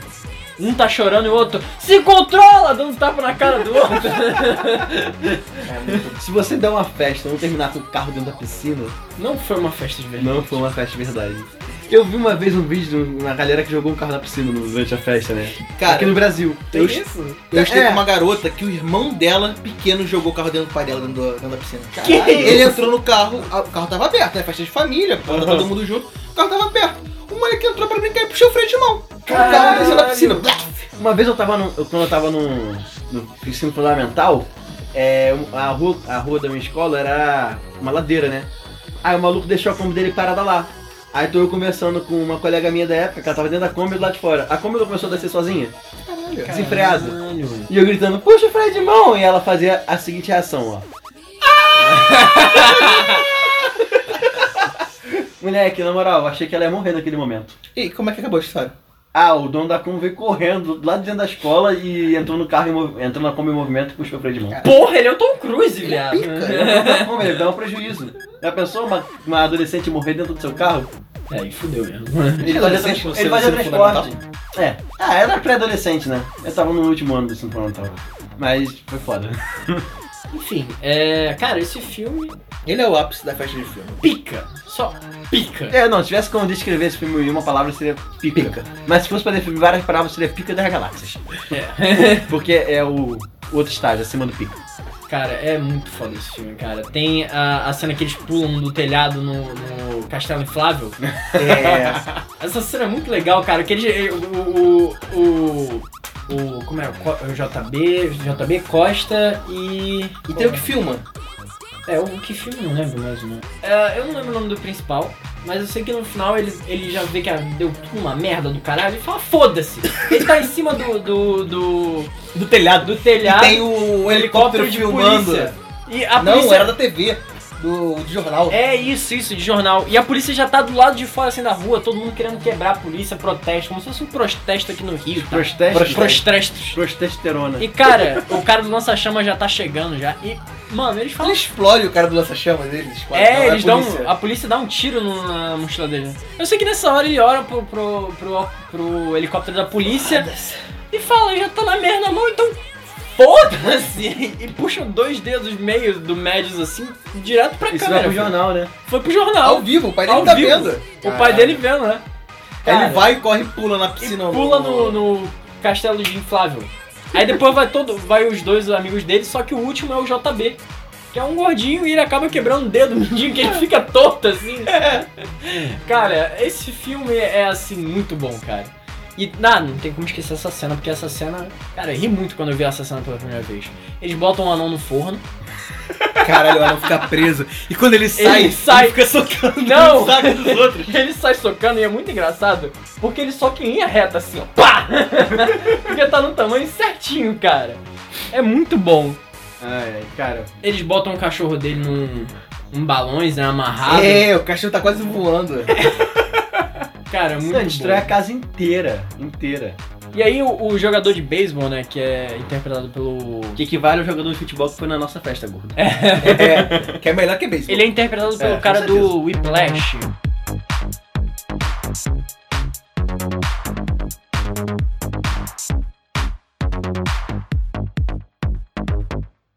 Um tá chorando e o outro se controla, dando um tapa na cara do outro.
É
se você der uma festa e não terminar com o carro dentro da piscina,
Não foi uma festa de verdade.
não foi uma festa de verdade. Eu vi uma vez um vídeo de uma galera que jogou um carro na piscina no- durante a festa, né?
Cara,
Aqui no Brasil.
eu,
isso?
eu estudei
É.
com uma garota que o irmão dela, pequeno, jogou o carro dentro do pai dela, dentro, do- dentro da piscina.
Que
Ele entrou no carro, a- o carro tava aberto, né? Festa de família, tava
Aham.
todo mundo junto, o carro tava aberto. O moleque entrou pra brincar e puxou o freio de mão. O carro
Caralho.
desceu na piscina. Blá!
Uma vez eu tava no. eu- quando eu tava no. no ensino fundamental, é, a, rua, a rua da minha escola era uma ladeira, né? Aí o maluco deixou a Kombi dele parada lá. Aí tô eu conversando com uma colega minha da época, que ela tava dentro da Kombi do lado de fora. A Kombi começou a descer sozinha,
Caralho.
desenfreada.
Caralho.
E eu gritando, puxa o freio de mão! E ela fazia a seguinte reação, ó. Moleque, na moral, eu achei que ela ia morrer naquele momento.
E como é que acabou a história?
Ah, o dono da Kombi veio correndo lá de dentro da escola e entrou no carro, em mov- entrou na Kombi em movimento e puxou o freio de mão.
Porra, ele é né? o Tom Cruise, viado.
Como ele dá um prejuízo. Já pensou uma, uma adolescente morrer dentro do seu carro?
É, aí fudeu mesmo.
Ele fazia,
Adolescente,
trans,
você-
ele fazia
você é
transporte. É. Ah, era pré-adolescente, né? Eu tava no último ano do ensino fundamental. Mas foi foda.
Enfim, é, cara, esse filme
Ele é o ápice da festa de filme.
pica. Só pica.
É, não, se tivesse como descrever esse filme em uma palavra, seria pica. Mas se fosse pra definir várias palavras, seria pica das galáxias. Porque é o outro estágio, acima do pica.
Cara, é muito foda esse filme, cara. Tem a, a cena que eles pulam do telhado no, no Castelo Inflável.
É.
Essa cena é muito legal, cara. Que ele, o, o, o, o- Como é? O Co- o JB, JB Costa e.
e tem o que filma.
É, o que filme eu não lembro mais o nome. É, eu não lembro o nome do principal, mas eu sei que no final ele, ele já vê que ah, deu tudo uma merda do caralho e fala, foda-se! Ele tá em cima do. do. do,
Do telhado.
do telhado,
tem o, helicóptero filmando.
um polícia. E a
Não,
polícia.
era da TV, do, do jornal.
É isso, isso, de jornal. E a polícia já tá do lado de fora assim da rua, todo mundo querendo quebrar a polícia, protesto, como se fosse um protesto aqui no Rio. Tá?
Prosteste.
Protestos.
Protesterona.
E cara, o cara do lança-chama já tá chegando já. E, mano, eles falam
Ele explode o cara do lança-chamas, eles quase- não,
É, eles
a
dão.
polícia.
A polícia dá um tiro no- na mochila dele. Eu sei que nessa hora ele ora pro, pro, pro, pro helicóptero da polícia e fala, "Eu já tô na merda na mão, então foda-se! E puxam dois dedos meio do médios assim, direto pra
Isso vai
câmera.
pro jornal, né?
Foi pro jornal.
Ao vivo, o pai
Ao
dele tá
vivo.
vendo.
O pai dele vendo, né?
Aí
Cara,
ele vai, corre e pula na
e
piscina.
pula no, no castelo de inflável. Aí depois vai todo, vai os dois amigos dele, só que o último é o JB. Que é um gordinho e ele acaba quebrando o dedo, mindinho, que ele fica torto assim. Cara, esse filme é assim, muito bom, cara. E ah, não tem como esquecer essa cena, porque essa cena. Cara, eu ri muito quando eu vi essa cena pela primeira vez. Eles botam um anão no forno.
Caralho, o anão fica preso. E quando ele sai, ele,
sai.
fica socando
Não!
no saco dos outros.
Ele sai socando e é muito engraçado, porque ele soca em linha reta assim, ó. Pá! porque tá no tamanho certinho, cara. É muito bom. Ai, cara. Eles botam o cachorro dele num, num balões, né? Amarrado.
É, o cachorro tá quase voando.
Cara, é muito
Não, destrói
bom.
a casa inteira. Inteira.
E aí o, o jogador de beisebol, né, que é interpretado pelo.
Que equivale ao jogador de futebol que foi na nossa festa, gordo. É.
É, que é melhor que beisebol.
Ele é interpretado pelo
É, com
cara
certeza.
do Whiplash.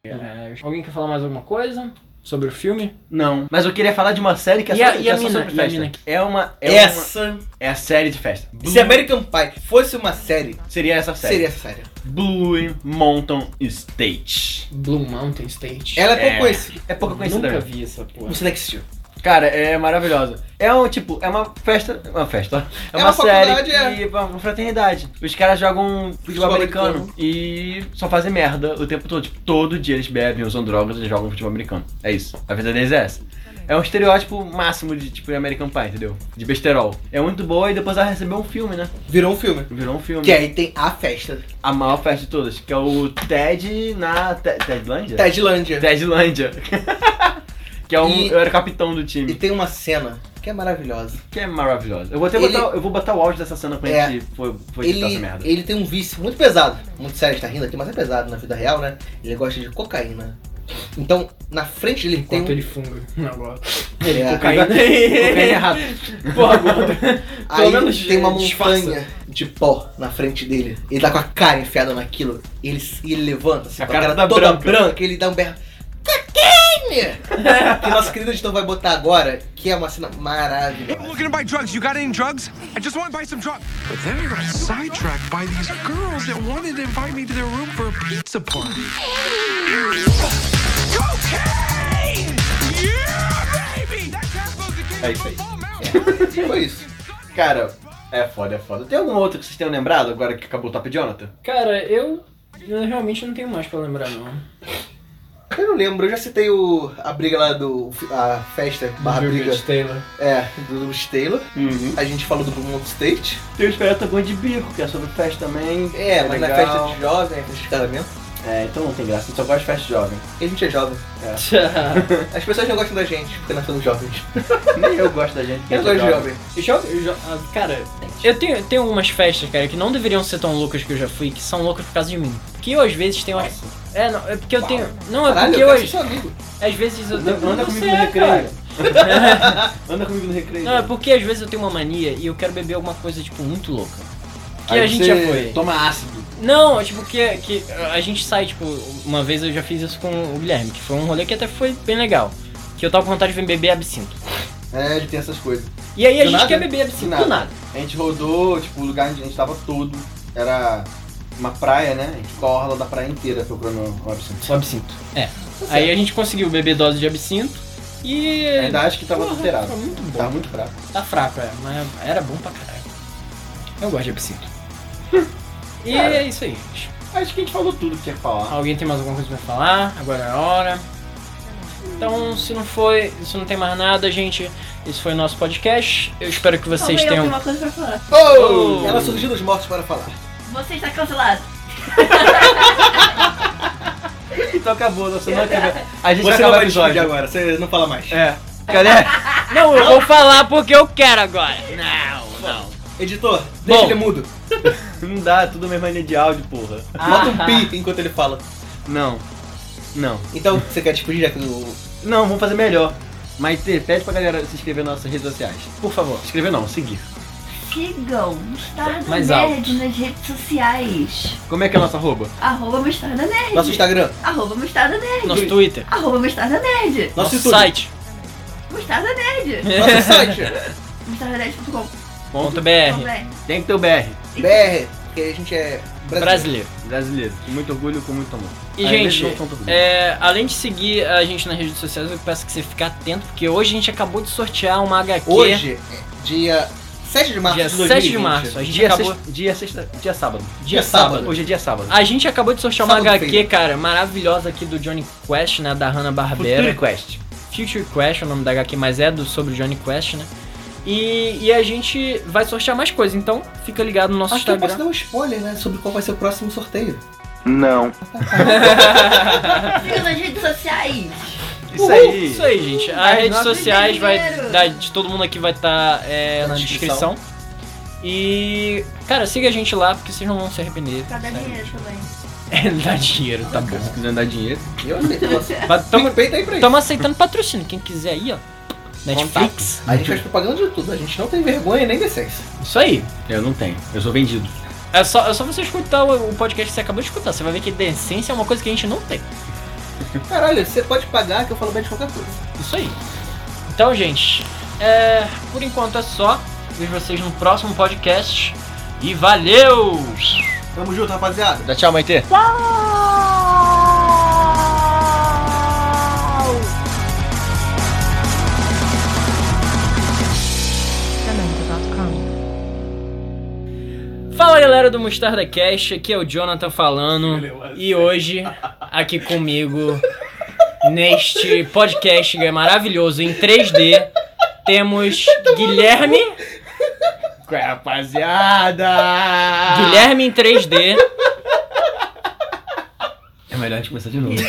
É, alguém quer falar mais alguma coisa sobre o filme?
Não. Mas eu queria falar de uma série que é
E a-
só,
e
que é
a
só
mina? E
sobre
a
festa.
mina?
É uma. É uma-
Essa.
é a série de festa.
Se American Pie fosse uma série,
Seria essa série.
seria essa série.
Blue Mountain State.
Blue Mountain State.
Ela é pouco
É.
conhecida.
É pouco conhecida.
Nunca
mesmo.
vi essa porra.
Você tem que assistir.
Cara, é maravilhosa. É um tipo, é uma festa. Uma festa. ó.
É
É,
uma
uma, série
faculdade, é.
que, é uma fraternidade. Os caras jogam futebol
Futebol
americano
americano.
e só fazem merda o tempo todo. Tipo, todo dia eles bebem, usam drogas e jogam futebol americano. É isso. A vida deles é essa. É um estereótipo máximo de tipo de American Pie, entendeu? De besterol. É muito boa e depois ela recebeu um filme, né?
Virou um filme.
Virou um filme.
Que aí tem a festa.
A maior festa de todas, que é o TED na Te- Tedlândia?
Tedlândia.
é. Tedlândia. que é um.
E-
Eu era capitão do
E
time.
tem uma cena que é maravilhosa.
Que é maravilhosa. Eu vou até
Ele-
botar. Eu vou botar o áudio dessa cena quando
É.
a gente for, for editar
Ele,
essa merda.
ele tem um vício muito pesado. Muito sério, a gente tá rindo aqui, mas é pesado na vida real, né? Ele gosta de cocaína. Então, na frente dele tem
Enquanto
um...
ele funga. Não, agora.
Ele é,
Cocaína.
Cocaína errada.
Porra, gordo.
Aí
menos
tem uma
disfarça.
montanha de pó na frente dele. Ele tá com a cara enfiada naquilo. E ele, e ele levanta, assim,
A
com
cara tá
toda
branca.
Ele dá um berro. Cocaine! que nosso querido editor vai botar agora, que é uma cena maravilhosa.
Looking to buy drugs. You got any drugs? I just want to buy some drugs. But then I got sidetracked by these girls that wanted to invite me to their room for a pizza party. Cocaine! Yeah, baby! That's how supposed to
É isso aí.
Foi isso.
Cara, é foda, é foda. Tem algum outro que vocês tenham lembrado agora que acabou o Top Jonathan?
Cara, eu, eu realmente não tenho mais pra lembrar, não.
Eu não lembro, eu já citei o, a briga lá do. a festa barra
Gilbert
briga.
Taylor.
É, do Lewis Taylor.
Uhum.
A gente falou do Blue Mountain State.
Tem o Esperanto Gol de Bico, que é sobre festa também.
É, mas na
legal.
festa de jovem, festa de casamento.
É, então não tem graça, eu só gosto de festa de jovem.
E a gente é jovem. As pessoas não gostam da gente, porque nós somos jovens.
Nem eu gosto da gente. que
Eu
é
gosto de jovem.
Jo- jo- ah, cara, eu tenho, tenho algumas festas, cara, que não deveriam ser tão loucas que eu já fui, que são loucas por causa de mim. Porque eu às vezes tenho. umas- É, não, é porque eu tenho. Não, é
Caralho,
porque
eu
eu
quero ser
às,
seu amigo.
às vezes eu
Anda,
tenho.
anda
não
comigo
sei,
no recreio.
cara.
anda comigo no recreio.
é, Não, é porque às vezes eu tenho uma mania e eu quero beber alguma coisa, tipo, muito louca. Que
Aí
a gente
você
já foi.
Toma ácido.
Não, tipo, que, que a gente sai, tipo, uma vez eu já fiz isso com o Guilherme, que foi um rolê que até foi bem legal. Que eu tava com vontade de beber absinto.
É, ele tem essas coisas.
E aí a
Do
gente
nada?
quer beber absinto
Do
do
nada.
nada.
A gente rodou, tipo, o lugar onde a gente tava todo. Era uma praia, né? A gente ficou a orla da praia inteira procurando um o absinto.
O absinto. É. aí a gente conseguiu beber dose de absinto e.
Ainda acho que tava
Porra,
adulterado.
tá muito bom.
Tava muito fraco.
Tá fraco, é, mas era bom pra caralho. Eu gosto de absinto. e é isso aí. gente.
Acho que a gente falou tudo que tinha que falar.
Alguém tem mais alguma coisa pra falar? Agora é a hora. Então, se não foi, se não tem mais nada, gente, esse foi o nosso podcast. Eu espero que vocês
Calma aí, eu tenho
tenham.
uma coisa pra falar.
Oh! Ela surgiu dos mortos para falar.
Você está cancelado.
Então acabou, nossa semana que vem. A gente vai
Você
acabar
não
o
vai despedir
episódio.
agora, você não fala mais.
É. Galera,
Não, eu
Ah!
vou falar porque eu quero agora. Não, não.
Editor, deixa
Bom.
ele mudo.
não dá, tudo mesmo mania de áudio, porra.
Bota um pi enquanto ele fala.
Não. Não.
Então, você quer despedir já que o.
Não, vamos fazer melhor. Mas Tê, pede pra galera se inscrever nas nossas redes sociais.
Por favor.
Inscrever não, seguir.
Sigam Mostarda
Mais
Nerd nas redes sociais.
Como é que é a nossa arroba?
Arroba Mostarda Nerd.
Nosso Instagram,
Arroba Mostarda Nerd.
Nosso Twitter.
Arroba Mostarda Nerd.
Nosso
Nosso,
YouTube.
site.
Mostarda Nerd.
nosso site,
Mostardanerd.com.br
Ponto .br.
é.
Tem que ter o BR.
BR, porque a gente é brasileiro.
Brasileiro.
Brasileiro. Com muito orgulho, com muito amor.
E,
Às vezes
gente,
não tanto orgulho.
é, além de seguir a gente nas redes sociais, eu peço que você fique atento, porque hoje a gente acabou de sortear uma HQ.
Hoje, é dia 7 de março
Dia
de
7
2020.
de março. A gente
é Dia,
acabou.
sexta, dia sexta. Dia sábado.
Dia
sábado.
sábado.
Hoje é dia sábado.
A gente acabou de sortear uma
Sábado
HQ,
feio.
cara, maravilhosa aqui do Johnny Quest, né? Da Hanna Barbera.
Future Quest.
Future Quest é o nome da HQ, mas é do, sobre o Johnny Quest, né? E, e a gente vai sortear mais coisas, então fica ligado no nosso
Acho que eu
Instagram.
posso dar um spoiler, né? Sobre qual vai ser o próximo sorteio.
Fica nas redes sociais.
Isso
Uhul,
aí.
Isso aí, gente. As
Ai,
redes
nossa,
sociais vai
dinheiro.
da- de todo mundo aqui vai estar na,
Na
descrição.
descrição.
E, cara, siga a gente lá porque vocês não vão se arrepender.
Pra dar Tá dinheiro também.
É, dá dinheiro, tá bom.
Se quiser dar dinheiro.
Eu aceito. Nossa.
Mas tamo,
PicPay tá aí pra isso.
tamo aceitando patrocínio, quem quiser aí, ó. Netflix.
A gente faz propaganda de tudo. A gente não tem vergonha nem decência.
Isso aí.
Eu não tenho. Eu sou vendido.
É só, é só você escutar o, o podcast que você acabou de escutar. Você vai ver que decência é uma coisa que a gente não tem.
Caralho, você pode pagar que eu falo bem de qualquer coisa.
Isso aí. Então, gente, é, por enquanto é só. Vejo vocês no próximo podcast. E valeu!
Tamo junto, rapaziada.
Dá tchau, Maitê.
Samantha.com.
Fala galera do Mostarda Cast, aqui é o Jonathan falando. E hoje, aqui comigo, neste podcast que é maravilhoso em 3D, temos Guilherme.
Qual é, rapaziada?
Guilherme em 3D.
É melhor a gente começar de novo.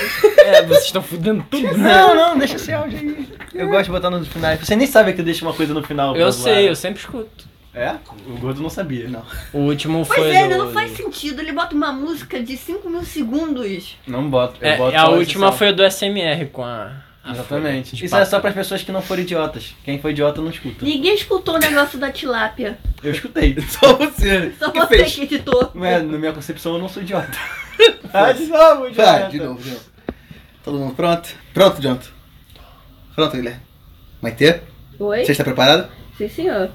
É, vocês estão fudendo tudo, né?
Não, não, deixa esse áudio aí. Eu gosto de botar no final. Você nem sabe que eu deixo uma coisa no final. pra
Eu
zoar.
sei, eu sempre escuto.
É? O gordo não sabia. Não.
O último foi.
Pois é, né?
do-
não faz sentido. Ele bota uma música de 5 mil segundos.
Não boto. Eu
É,
boto
a última
exceção.
foi a do SMR com a. a folha
Exatamente.
de
Isso é
papel.
só pras pessoas que não foram idiotas. Quem foi idiota não escuta.
Ninguém escutou o negócio da tilápia.
Eu escutei.
Só você.
Só
que
você
fez?
que editou.
Mas, na minha concepção, eu não sou idiota. ah, de novo,
Vai, de novo, de novo. Todo mundo pronto? Pronto, Jonathan. Pronto, Guilherme. Maitê,
Oi?
você está preparado?
Sim, senhor.